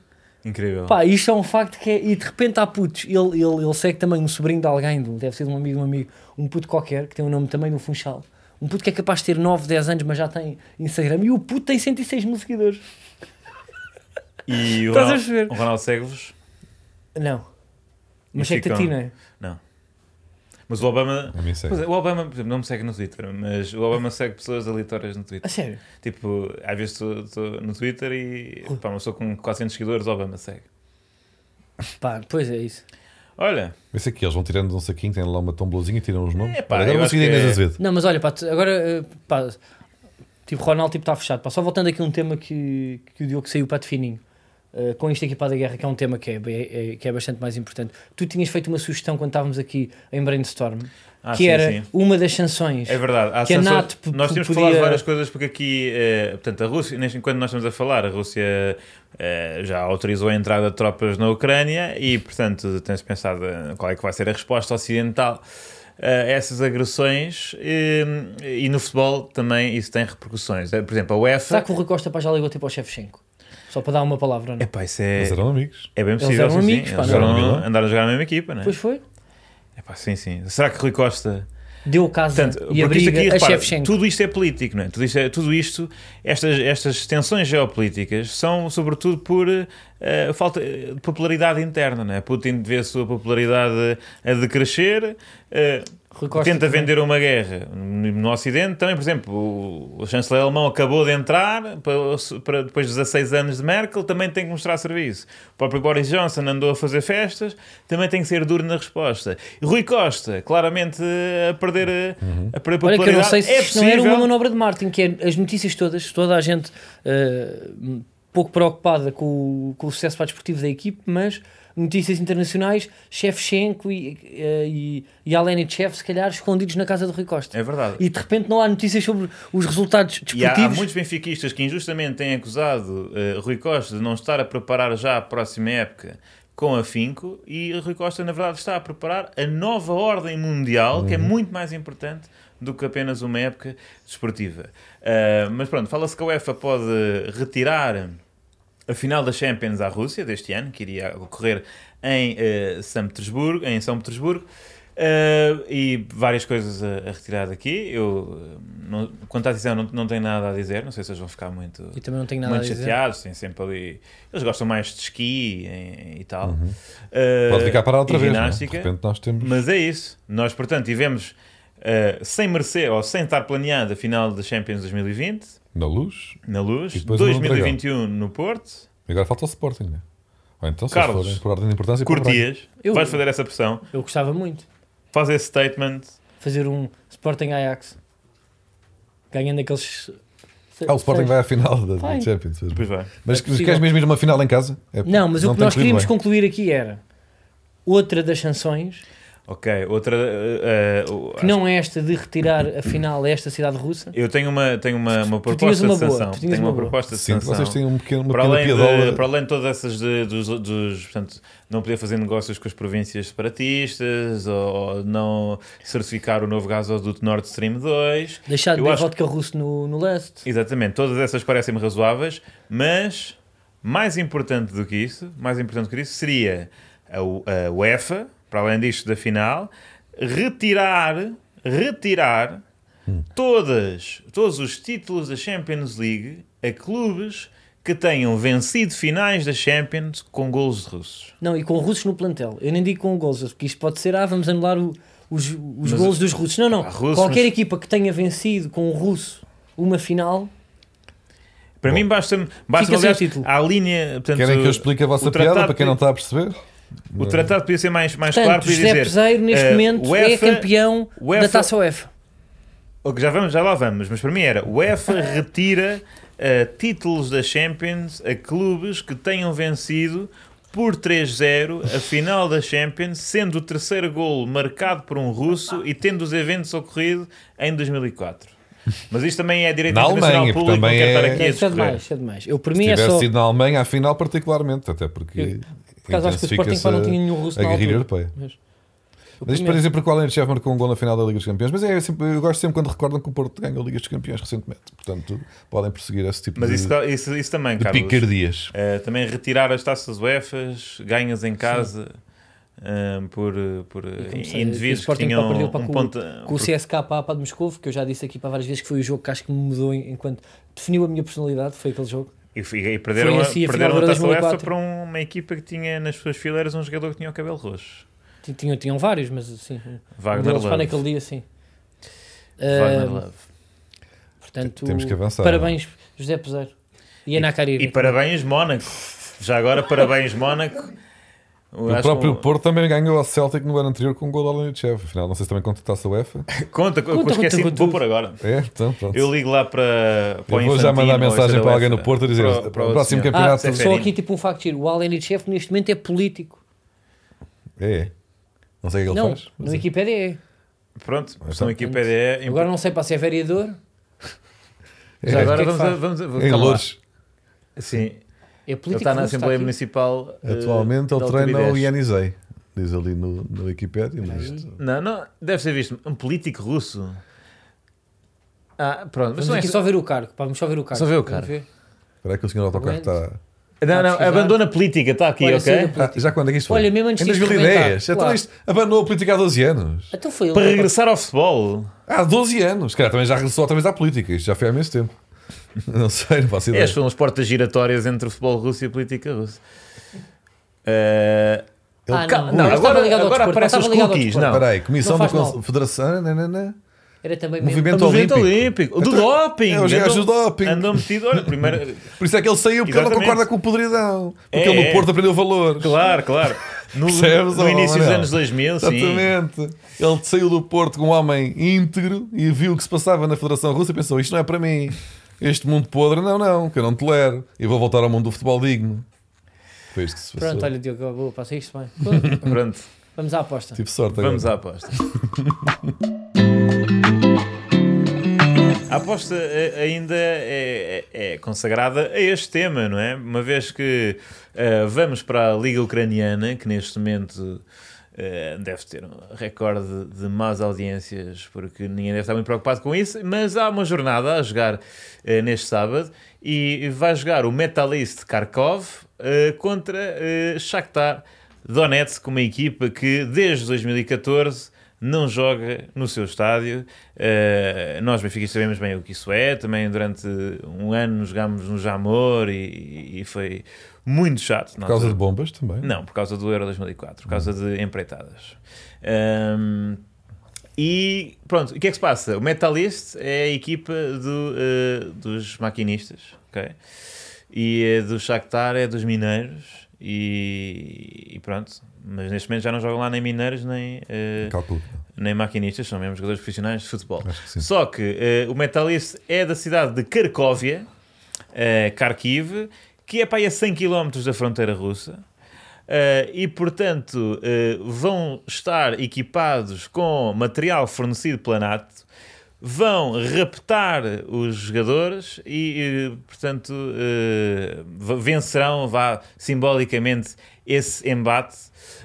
Speaker 3: Incrível.
Speaker 1: Pá, isto é um facto que é. E de repente há putos. Ele, ele, ele segue também um sobrinho de alguém, de- deve ser de um amigo, de um amigo, um puto qualquer, que tem o nome também no Funchal. Um puto que é capaz de ter 9, 10 anos, mas já tem Instagram. E o puto tem 106 mil seguidores.
Speaker 3: E o
Speaker 1: Estás a
Speaker 3: Ronaldo,
Speaker 1: perceber?
Speaker 3: o Ronaldo segue-vos?
Speaker 1: Não. Mas
Speaker 3: E
Speaker 1: é que
Speaker 3: ficam-
Speaker 1: a ti, não é?
Speaker 3: Não. Mas o Obama.
Speaker 2: A mim segue.
Speaker 3: Pois é, o Obama, por exemplo, não me segue no Twitter, mas o Obama segue pessoas aleatórias no Twitter.
Speaker 1: A sério.
Speaker 3: Tipo, às vezes estou no Twitter e. Pá, uma pessoa com 400 seguidores, o Obama segue.
Speaker 1: Pá, pois é isso.
Speaker 3: Olha,
Speaker 2: Esse aqui, eles vão tirando de um saquinho, têm lá uma tombolazinha e tiram os nomes.
Speaker 3: É, pá,
Speaker 2: Olha,
Speaker 3: eu
Speaker 2: agora vou
Speaker 3: acho
Speaker 2: seguir a
Speaker 3: que
Speaker 2: Inês
Speaker 3: é-
Speaker 2: Azevedo.
Speaker 1: Não, mas olha, pá, tu- agora, eh, pá, tipo, Ronaldo tipo, está fechado. Pá, só voltando aqui a um tema que, que o Diogo saiu para de fininho. Eh, com isto aqui para a da guerra, que é um tema que é, ba- é- que é bastante mais importante. Tu tinhas feito uma sugestão quando estávamos aqui em Brainstorm,
Speaker 3: Ah,
Speaker 1: que
Speaker 3: sim,
Speaker 1: era
Speaker 3: sim.
Speaker 1: uma das sanções.
Speaker 3: é verdade. Há
Speaker 1: Que a
Speaker 3: sanções-
Speaker 1: NATO p-
Speaker 3: nós
Speaker 1: p-
Speaker 3: temos que falar de
Speaker 1: podia-
Speaker 3: várias coisas porque aqui, eh, portanto, a Rússia, neste- enquanto nós estamos a falar, a Rússia eh, já autorizou a entrada de tropas na Ucrânia e, portanto, tem-se pensado eh, qual é que vai ser a resposta ocidental eh, a essas agressões eh, e, no futebol também isso tem repercussões. Eh, Por exemplo, a UEFA.
Speaker 1: Será que o Rui Costa pá, já ligou tipo ao Shevchenko? Só para dar uma palavra, não?
Speaker 3: Epá, isso é,
Speaker 2: Eles eram amigos.
Speaker 3: é bem possível.
Speaker 1: eram
Speaker 3: sim, sim.
Speaker 1: amigos, pá,
Speaker 3: Eles
Speaker 2: não
Speaker 3: eram-
Speaker 2: eram?
Speaker 3: andaram a jogar na mesma equipa, não é?
Speaker 1: Pois foi.
Speaker 3: Epá, sim, sim. Será que Rui Costa.
Speaker 1: Deu o caso
Speaker 3: Portanto,
Speaker 1: e a
Speaker 3: porque isto
Speaker 1: briga
Speaker 3: aqui,
Speaker 1: a
Speaker 3: repara,
Speaker 1: Shevchenko.
Speaker 3: tudo isto é político, não é? Tudo isto, é- tudo isto estas, estas tensões geopolíticas são sobretudo por eh, falta eh, de popularidade interna, não é? Putin vê a sua popularidade a decrescer, eh,
Speaker 1: Rui Costa
Speaker 3: tenta
Speaker 1: também.
Speaker 3: vender uma guerra no, no Ocidente. Também, por exemplo, o, o chanceler alemão acabou de entrar para, para depois de 16 anos de Merkel, também tem que mostrar serviço. O próprio Boris Johnson andou a fazer festas, também tem que ser duro na resposta. Rui Costa, claramente eh, a perder, eh, a perder
Speaker 1: Olha que eu não sei se
Speaker 3: é
Speaker 1: isto não era um uma
Speaker 3: possível.
Speaker 1: manobra de marketing, que é as notícias todas, toda a gente eh, pouco preocupada com, o- com o sucesso para desportivo da equipe, mas notícias internacionais, Shevchenko e, eh, e, e Alenichev, se calhar, escondidos na casa do Rui Costa.
Speaker 3: É verdade.
Speaker 1: E de repente não há notícias sobre os resultados
Speaker 3: E há, há
Speaker 1: desportivos.
Speaker 3: muitos benfiquistas que injustamente têm acusado eh, Rui Costa de não estar a preparar já a próxima época com afinco e Rui Costa, na verdade, está a preparar a nova ordem mundial, que é
Speaker 1: Uhum.
Speaker 3: muito mais importante do que apenas uma época desportiva. Eh, mas pronto, fala-se que a UEFA pode retirar a final da Champions à Rússia deste ano, que iria ocorrer em, eh, São, Petersburgo, em São Petersburgo. Eh, e várias coisas a, a retirar daqui. Eu, eh, não, quanto à decisão, não, não tenho nada a dizer. Não sei se eles vão ficar muito,
Speaker 1: E também não tenho nada a
Speaker 3: muito
Speaker 1: dizer.
Speaker 3: chateados. Têm sempre ali. Eles gostam mais de esqui e, e tal. Eh,
Speaker 2: Uhum. Pode ficar parado outra
Speaker 3: e
Speaker 2: vez. não é? De
Speaker 3: Ginástica.
Speaker 2: repente nós temos.
Speaker 3: Mas é isso. Nós, portanto, tivemos eh, sem merecer ou sem estar planeada a final da Champions 2020
Speaker 2: Na luz.
Speaker 3: na Luz,
Speaker 2: E depois no
Speaker 3: 2021 no Porto.
Speaker 2: E agora falta o Sporting, né? Ou então, se
Speaker 3: Carlos,
Speaker 2: forem por ordem de importância, por ordem.
Speaker 3: Curtias,
Speaker 1: Eu-
Speaker 3: vais fazer essa pressão,
Speaker 1: Eu gostava muito
Speaker 3: faz esse statement.
Speaker 1: de fazer um Sporting Ajax ganhando aqueles.
Speaker 2: Ah, o Sporting vai à final da,
Speaker 1: Vai.
Speaker 2: da Champions. mesmo.
Speaker 3: Depois vai.
Speaker 2: Mas
Speaker 1: É
Speaker 2: que-
Speaker 1: possível.
Speaker 2: queres mesmo ir a uma final em casa? É-
Speaker 1: Não, mas o que
Speaker 2: tem
Speaker 1: nós
Speaker 2: corrido
Speaker 1: queríamos
Speaker 2: bem.
Speaker 1: concluir aqui era outra das sanções,
Speaker 3: Ok, outra. eh, eh, o-
Speaker 1: que não é esta de retirar a final a esta cidade russa.
Speaker 3: Eu tenho uma, tenho uma,
Speaker 1: tinhas
Speaker 3: uma proposta
Speaker 1: uma
Speaker 3: de
Speaker 1: boa,
Speaker 3: sanção.
Speaker 1: tu tinhas
Speaker 3: tenho uma
Speaker 1: uma boa.
Speaker 3: proposta de
Speaker 2: Sim,
Speaker 3: sanção.
Speaker 2: vocês têm um pequeno, uma
Speaker 3: para,
Speaker 2: pequena
Speaker 3: além
Speaker 2: piadola.
Speaker 3: de, para além de todas essas de, dos, dos- portanto, não poder fazer negócios com as províncias separatistas ou não certificar o novo gasoduto Nord Stream 2,
Speaker 1: Deixar de
Speaker 3: Eu
Speaker 1: beber
Speaker 3: acho-
Speaker 1: vodka russo no, no leste.
Speaker 3: Exatamente, todas essas parecem-me razoáveis, mas mais importante do que isso, mais importante do que isso seria a, U- a UEFA, para além disto da final, retirar, retirar todas, todos os títulos da Champions League a clubes que tenham vencido finais da Champions com golos de russos.
Speaker 1: Não, e com russos no plantel. Eu nem digo com gols, porque isto pode ser, ah, vamos anular o- os, os gols dos russos. Não, não.
Speaker 3: Há russos,
Speaker 1: Qualquer
Speaker 3: mas-
Speaker 1: equipa que tenha vencido com um russo uma final,
Speaker 3: Para mim basta-me, basta-me
Speaker 1: Fica sem
Speaker 3: aliás,
Speaker 1: título.
Speaker 3: a linha... Portanto,
Speaker 2: Querem que eu explique a vossa
Speaker 3: o tratado
Speaker 2: piada para quem não está a perceber?
Speaker 3: O tratado podia ser mais, mais
Speaker 1: portanto,
Speaker 3: claro, podia
Speaker 1: José
Speaker 3: dizer...
Speaker 1: Peseiro neste
Speaker 3: eh,
Speaker 1: momento é
Speaker 3: UEFA
Speaker 1: campeão da
Speaker 3: UEFA
Speaker 1: Taça UEFA.
Speaker 3: Ok, já, vamos, já lá vamos, mas para mim era UEFA retira eh, títulos da Champions a clubes que tenham vencido por 3-0 a final da Champions, sendo o terceiro golo marcado por um russo e tendo os eventos ocorrido em 2004. Mas isto também é direito
Speaker 2: Na
Speaker 3: internacional
Speaker 2: Alemanha,
Speaker 3: público, não
Speaker 2: também
Speaker 3: quero estar
Speaker 2: é-
Speaker 3: aqui a
Speaker 1: É, isso é
Speaker 3: discorrer.
Speaker 1: demais, isso é demais. Eu, por
Speaker 2: Se
Speaker 1: mim, é
Speaker 2: tivesse
Speaker 1: só.
Speaker 2: sido na Alemanha, à final, particularmente, até porque. então
Speaker 1: Por acaso acho que o Sporting pá, não tinha nenhum russo
Speaker 2: a
Speaker 1: na
Speaker 2: guerrilha
Speaker 1: altura.
Speaker 2: europeia.
Speaker 1: Mas- O
Speaker 2: Mas isto
Speaker 1: primeiro-
Speaker 2: para dizer porque o Alan Chef marcou um gol na final da Liga dos Campeões, mas é, eu sempre- eu gosto sempre quando recordam que o Porto ganhou a Liga dos Campeões recentemente, portanto podem perseguir esse tipo
Speaker 3: Mas
Speaker 2: de,
Speaker 3: isso, isso- isso também,
Speaker 2: de
Speaker 3: Carlos.
Speaker 2: picardias.
Speaker 3: Eh, também retirar as taças UEFAs, ganhas em casa eh, por, por eh,
Speaker 1: comecei- e o
Speaker 3: indivíduos que
Speaker 1: Sporting
Speaker 3: tinham
Speaker 1: pá, perdeu para
Speaker 3: um
Speaker 1: com-
Speaker 3: ponto.
Speaker 1: com o CSK para a Pá de Moscou, que eu já disse aqui para várias vezes que foi o jogo que acho que me mudou em- enquanto definiu a minha personalidade, foi aquele jogo.
Speaker 3: E, e- e perderam,
Speaker 1: Foi
Speaker 3: a,
Speaker 1: assim a
Speaker 3: perderam
Speaker 1: final
Speaker 3: a
Speaker 1: de
Speaker 3: taça
Speaker 1: 2004.
Speaker 3: UEFA para um- uma equipa que tinha nas suas fileiras um jogador que tinha o cabelo roxo.
Speaker 1: Ti- Tinham, tinham vários, mas assim, um
Speaker 3: Wagner
Speaker 1: deles pá
Speaker 3: Love.
Speaker 1: naquele dia, sim.
Speaker 3: Wagner
Speaker 1: Ah,
Speaker 3: Love.
Speaker 1: portanto,
Speaker 2: Temos que avançar.
Speaker 1: parabéns, José Peseiro e Ana Cariri.
Speaker 3: E parabéns, Mónaco. Já agora, parabéns, Mónaco. Eu
Speaker 2: O
Speaker 3: acho um-
Speaker 2: próprio
Speaker 3: que-
Speaker 2: Porto também ganhou ao Celtic no ano anterior com um gol do Alan Chef, afinal não sei se também conta a taça UEFA.
Speaker 3: Conta, eu
Speaker 1: Conta,
Speaker 3: esqueci,
Speaker 1: conta, conta.
Speaker 3: vou por agora.
Speaker 2: É, então pronto.
Speaker 3: Eu ligo lá para, para o
Speaker 2: Eu vou já
Speaker 3: Infantino,
Speaker 2: mandar
Speaker 3: ou
Speaker 2: mensagem
Speaker 3: seja,
Speaker 2: para alguém
Speaker 3: UEFA.
Speaker 2: no Porto a dizer,
Speaker 3: Para o- para o
Speaker 2: próximo
Speaker 3: senhor.
Speaker 1: Ah,
Speaker 2: campeonato-
Speaker 1: só aqui tipo um facto giro. O Alan Chef neste momento é político.
Speaker 2: É, não sei o que ele
Speaker 1: não,
Speaker 2: faz.
Speaker 1: na
Speaker 2: mas é.
Speaker 1: Wikipédia é.
Speaker 3: Pronto, são aqui PDE.
Speaker 1: Agora não sei para se é vereador,
Speaker 3: Já
Speaker 2: É.
Speaker 3: agora
Speaker 1: O que é que
Speaker 3: vamos, a,
Speaker 1: faz?
Speaker 3: vamos a-
Speaker 2: Em
Speaker 3: calma lá.
Speaker 2: Lourdes,
Speaker 3: Sim,
Speaker 1: é
Speaker 3: ele
Speaker 1: político.
Speaker 3: está na
Speaker 1: não
Speaker 3: Assembleia
Speaker 1: aqui.
Speaker 3: Municipal. eh,
Speaker 2: atualmente
Speaker 3: da
Speaker 2: ele
Speaker 3: altura
Speaker 2: treina o
Speaker 3: IDES.
Speaker 2: Yanizei, diz ali no, no Wikipedia. mas isto-
Speaker 3: Não, não, deve ser visto. Um político russo. Ah, pronto. Mas
Speaker 1: Vamos
Speaker 3: não é
Speaker 1: aqui
Speaker 3: só-
Speaker 1: só ver o cargo, pá, vamos só ver o cargo.
Speaker 3: Só ver o
Speaker 1: Vamos
Speaker 3: cargo.
Speaker 1: ver.
Speaker 2: Espera aí que o senhor autocarro está.
Speaker 3: Não, não,
Speaker 1: pesquisar.
Speaker 3: abandona a política, está aqui,
Speaker 1: Olha,
Speaker 3: ok?
Speaker 1: saída
Speaker 2: Ah, já quando é que isto foi?
Speaker 1: Olha, mesmo antes
Speaker 2: em
Speaker 1: disto
Speaker 2: 2010.
Speaker 1: arrebentar,
Speaker 2: Então
Speaker 1: claro.
Speaker 2: isto abandonou a política há 12 anos.
Speaker 1: Então foi ele.
Speaker 3: Para regressar ao futebol.
Speaker 2: Há 12 anos. Cara, também já regressou outra vez à política. Isto já foi há imenso tempo. Não sei, não
Speaker 1: É.
Speaker 2: faço ideia.
Speaker 3: Estas foram as portas um giratórias entre o futebol russo e a política russa. Eh,
Speaker 1: Ah,
Speaker 3: ele-
Speaker 1: não, ele estava
Speaker 3: agora,
Speaker 1: ligado ao
Speaker 3: agora
Speaker 1: desporto,
Speaker 3: aparecem
Speaker 1: estava
Speaker 3: os
Speaker 1: ligado ao
Speaker 3: cookies.
Speaker 1: desporto.
Speaker 3: Não,
Speaker 2: Espera aí, Comissão
Speaker 1: Não
Speaker 2: da
Speaker 1: faz
Speaker 2: Cons-
Speaker 1: mal.
Speaker 2: Federação. nananã.
Speaker 1: Era também mesmo.
Speaker 2: né? Movimento
Speaker 3: do evento
Speaker 2: Olímpico.
Speaker 3: olímpico. Do doping.
Speaker 2: É, os
Speaker 3: Andam-
Speaker 2: gajos do doping.
Speaker 3: Andam metido. Olha, primeiro.
Speaker 2: Por isso é que ele saiu, porque ele
Speaker 3: Exatamente.
Speaker 2: não concorda com o podridão. Porque
Speaker 3: É,
Speaker 2: ele
Speaker 3: é.
Speaker 2: no Porto aprendeu valores.
Speaker 3: Claro, claro. No,
Speaker 2: Percebes,
Speaker 3: no
Speaker 2: ó,
Speaker 3: início dos
Speaker 2: Manel?
Speaker 3: anos 2000, sim.
Speaker 2: Exatamente. Ele saiu do Porto com um homem íntegro e viu o que se passava na Federação Russa e pensou: isto não é para mim. Este mundo podre, não, não, que eu não tolero. E vou voltar ao mundo do futebol digno. Foi isto que se passou.
Speaker 1: Pronto, olha, Diogo, eu vou passar isto bem.
Speaker 3: Pronto,
Speaker 1: Vamos à aposta.
Speaker 2: Tive sorte agora.
Speaker 3: vamos à aposta. A aposta eh, ainda é, é- é consagrada a este tema, não é? Uma vez que eh, vamos para a Liga Ucraniana, que neste momento eh, deve ter um recorde de más audiências, porque ninguém deve estar muito preocupado com isso, mas há uma jornada a jogar eh, neste sábado e vai jogar o Metalist Kharkov eh, contra eh, Shakhtar Donetsk, uma equipa que desde 2014 não joga no seu estádio. Eh, nós, Benfica, sabemos bem o que isso é. Também durante um ano jogámos no Jamor e, e foi muito chato.
Speaker 2: Por causa de bombas também.
Speaker 3: Não, por causa do Euro 2004, por causa de empreitadas. Ahm, e pronto, o que é que se passa? O Metalist é a equipa do, eh, dos maquinistas, ok? E a do Shakhtar é dos mineiros e, e pronto. Mas neste momento já não jogam lá nem mineiros nem... eh,
Speaker 2: Calculo.
Speaker 3: nem maquinistas, são mesmo jogadores profissionais de futebol.
Speaker 2: Acho que sim.
Speaker 3: Só que eh, o Metalist é da cidade de Kharkovia, eh, Kharkiv, que é para aí a 100 km da fronteira russa. Eh, e portanto eh, vão estar equipados com material fornecido pela NATO, vão raptar os jogadores e, eh, portanto, eh, v- vencerão vá, simbolicamente esse embate,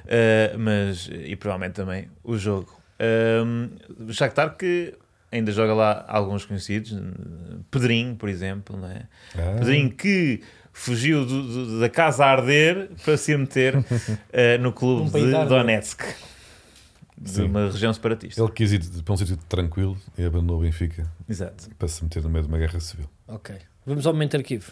Speaker 3: eh, mas e provavelmente também o jogo. Ahm, O Shakhtar que ainda joga lá alguns conhecidos, eh, Pedrinho, por exemplo, não é?
Speaker 2: Ah.
Speaker 3: Pedrinho que Fugiu do- do- da casa a arder para se ir meter eh, no clube
Speaker 1: Um país a
Speaker 3: de
Speaker 1: arder.
Speaker 3: Donetsk, de
Speaker 2: Sim.
Speaker 3: uma região separatista.
Speaker 2: Ele quis ir de- para um sítio tranquilo e abandonou o Benfica
Speaker 3: Exato.
Speaker 2: para se meter no meio de uma guerra civil.
Speaker 1: Ok. Vamos ao momento de arquivo.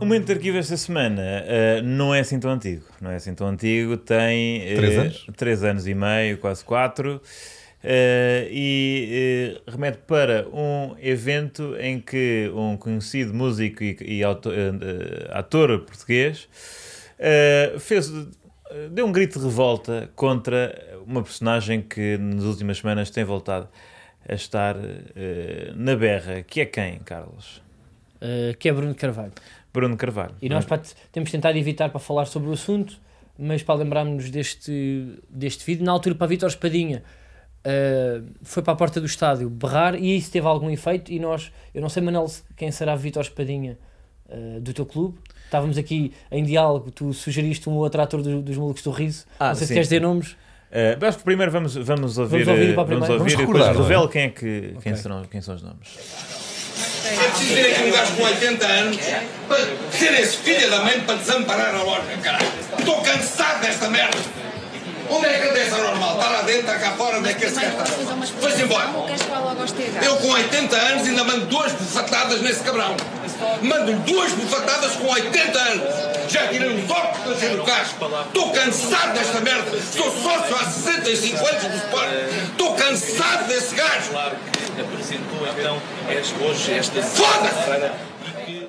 Speaker 3: O momento de arquivo esta semana eh, não é assim tão antigo. Não é assim tão antigo, tem. eh,
Speaker 2: Três anos?
Speaker 3: três anos e meio, quase quatro. eh, e eh, remete para um evento em que um conhecido músico e, e auto- eh, eh, ator português eh, fez, eh, deu um grito de revolta contra uma personagem que nas últimas semanas tem voltado a estar eh, na berra. Que é quem, Carlos?
Speaker 1: eh, que é Bruno Carvalho.
Speaker 3: Bruno Carvalho.
Speaker 1: E nós pá, t- temos tentado evitar para falar sobre o assunto, mas para lembrarmos deste, deste vídeo, na altura para Vítor Espadinha eh, foi para a porta do estádio berrar e isso teve algum efeito. E nós, eu não sei, Manel, se- quem será Vítor Espadinha eh, do teu clube. Estávamos aqui em diálogo, tu sugeriste um outro ator do- dos Malucos do Riso.
Speaker 3: Ah,
Speaker 1: não sei se
Speaker 3: sim,
Speaker 1: queres dizer
Speaker 3: sim.
Speaker 1: nomes.
Speaker 3: Eh, acho que primeiro vamos, vamos ouvir,
Speaker 1: ouvir
Speaker 3: eh,
Speaker 1: para a
Speaker 3: vamos
Speaker 1: primeira.
Speaker 3: ouvir
Speaker 2: Vamos
Speaker 3: e depois
Speaker 2: recordar,
Speaker 3: revelo quem, é que, quem,
Speaker 1: Ok.
Speaker 3: serão, quem são os nomes.
Speaker 4: É preciso vir aqui um gajo com 80 anos para ter esse filho da mãe para desamparar a loja, caralho. Estou cansado desta merda. Onde é que anda essa normal? Está lá dentro, está cá fora, onde é que esse
Speaker 5: Primeiro
Speaker 4: gajo
Speaker 5: podes fazer uma
Speaker 4: está? Pois
Speaker 5: explicação
Speaker 4: embora.
Speaker 5: ou queres falar logo aos TH?
Speaker 4: Eu com 80 anos ainda mando duas bufatadas nesse cabrão. Mando-lhe duas bufatadas com 80 anos. Já tirei os óculos da Giro Castro. Estou cansado desta merda. Sou sócio há 65 anos do Sport. Estou cansado desse gajo.
Speaker 6: claro que apresentou então este- hoje esta
Speaker 4: Foda-se!
Speaker 6: e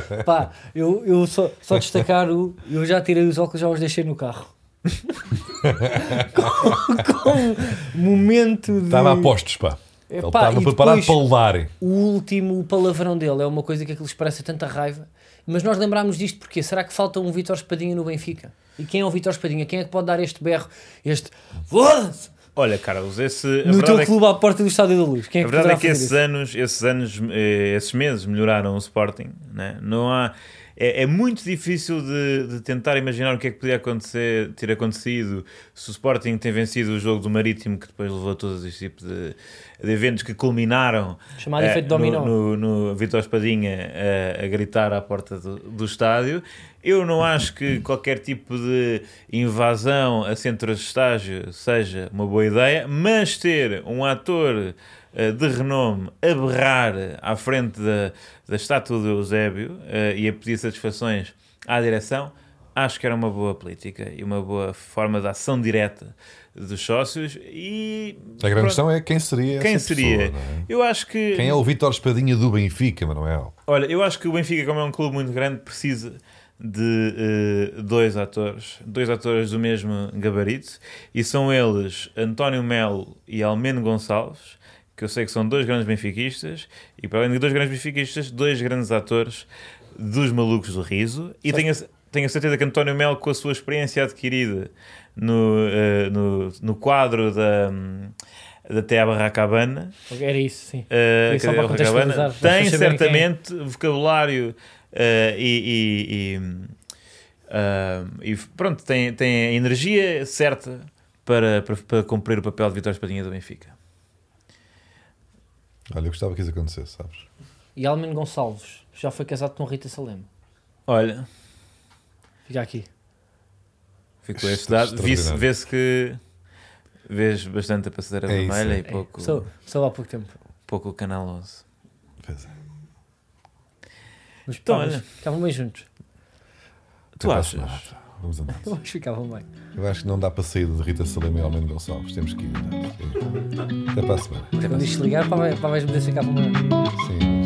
Speaker 6: que
Speaker 1: Pá, eu, eu só, só destacar o. Eu já tirei os óculos, já os deixei no carro. com, com momento de.
Speaker 2: Estava a postos, pá. Ele
Speaker 1: Epá,
Speaker 2: estava
Speaker 1: e
Speaker 2: preparado
Speaker 1: depois-
Speaker 2: para levarem.
Speaker 1: O último palavrão dele é uma coisa que aquilo expressa tanta raiva. Mas nós lembrámos disto porque será que falta um Vitor Espadinha no Benfica? E quem é o Vitor Espadinha? Quem é que pode dar este berro? Este. "Foda-se!"
Speaker 3: Olha, Carlos, esse. a
Speaker 1: No
Speaker 3: verdade
Speaker 1: teu
Speaker 3: é que-
Speaker 1: clube à porta do Estádio da Luz. Quem é
Speaker 3: A
Speaker 1: que poderá
Speaker 3: verdade é que
Speaker 1: fazer
Speaker 3: esses
Speaker 1: isso?
Speaker 3: anos, esses anos, eh, esses meses melhoraram o Sporting. Né? Não há, é, é muito difícil de, de tentar imaginar o que é que podia acontecer, ter acontecido se o Sporting tem vencido o jogo do Marítimo, que depois levou a todos esses tipos de, de eventos que culminaram eh,
Speaker 1: Chamado efeito
Speaker 3: no-
Speaker 1: dominó.
Speaker 3: No, no Vitor Espadinha eh, a, gritar à porta do, do estádio. Eu não acho que qualquer tipo de invasão a centros de estágio seja uma boa ideia, mas ter um ator eh, de renome a berrar à frente da, da estátua do Eusébio eh, e a pedir satisfações à direção, acho que era uma boa política e uma boa forma de ação direta dos sócios e
Speaker 2: A grande
Speaker 3: pronto,
Speaker 2: questão é quem seria
Speaker 3: quem
Speaker 2: essa
Speaker 3: seria?
Speaker 2: pessoa, não é?
Speaker 3: Eu acho que
Speaker 2: Quem é o Vítor Espadinha do Benfica, Manuel?
Speaker 3: Olha, eu acho que o Benfica, como é um clube muito grande, precisa de eh, dois atores, dois atores do mesmo gabarito, e são eles António Melo e Almeno Gonçalves, que eu sei que são dois grandes benfiquistas, e para além de dois grandes benfiquistas, dois grandes atores dos malucos do riso, e tenho, a- tenho a certeza que António Melo, com a sua experiência adquirida no, eh, no, no quadro da, hum, da Tea Barracabana,
Speaker 1: Era isso, sim.
Speaker 3: Uh,
Speaker 1: Foi só
Speaker 3: cadê
Speaker 1: para
Speaker 3: o Rocabana?
Speaker 1: contextualizar, vocês
Speaker 3: tem
Speaker 1: saberem quem é.
Speaker 3: certamente vocabulário uh, e, e- e, hum, ah, e pronto, tem, tem a energia certa para, para, para cumprir o papel de Vitor Espadinha do Benfica.
Speaker 2: Olha, eu gostava que isso acontecesse, sabes?
Speaker 1: E Almen Gonçalves já foi casado com Rita Salema.
Speaker 3: Olha,
Speaker 1: Fica aqui.
Speaker 3: ficou este dado. Vê-se
Speaker 2: Extraordinário.
Speaker 3: vê-se que vês bastante a passadeira
Speaker 2: É isso,
Speaker 3: vermelha
Speaker 2: é.
Speaker 3: e pouco,
Speaker 1: Só, só há pouco tempo.
Speaker 3: pouco o Canal 11.
Speaker 2: Pois é.
Speaker 1: Mas,
Speaker 3: Então,
Speaker 1: pá, mas
Speaker 3: olha.
Speaker 1: ficavam bem juntos.
Speaker 3: Tu
Speaker 2: Até para a
Speaker 3: achas?
Speaker 2: semana. Vamos andar.
Speaker 1: Eu acho que ficavam bem.
Speaker 2: Eu acho que não dá para sair de Rita Salema e Almeida Gonçalves. Temos que ir. é? Até para a semana.
Speaker 1: Quando isto ligar, pá, vai- pá, vais-me dizer que ficavam bem.
Speaker 2: Sim.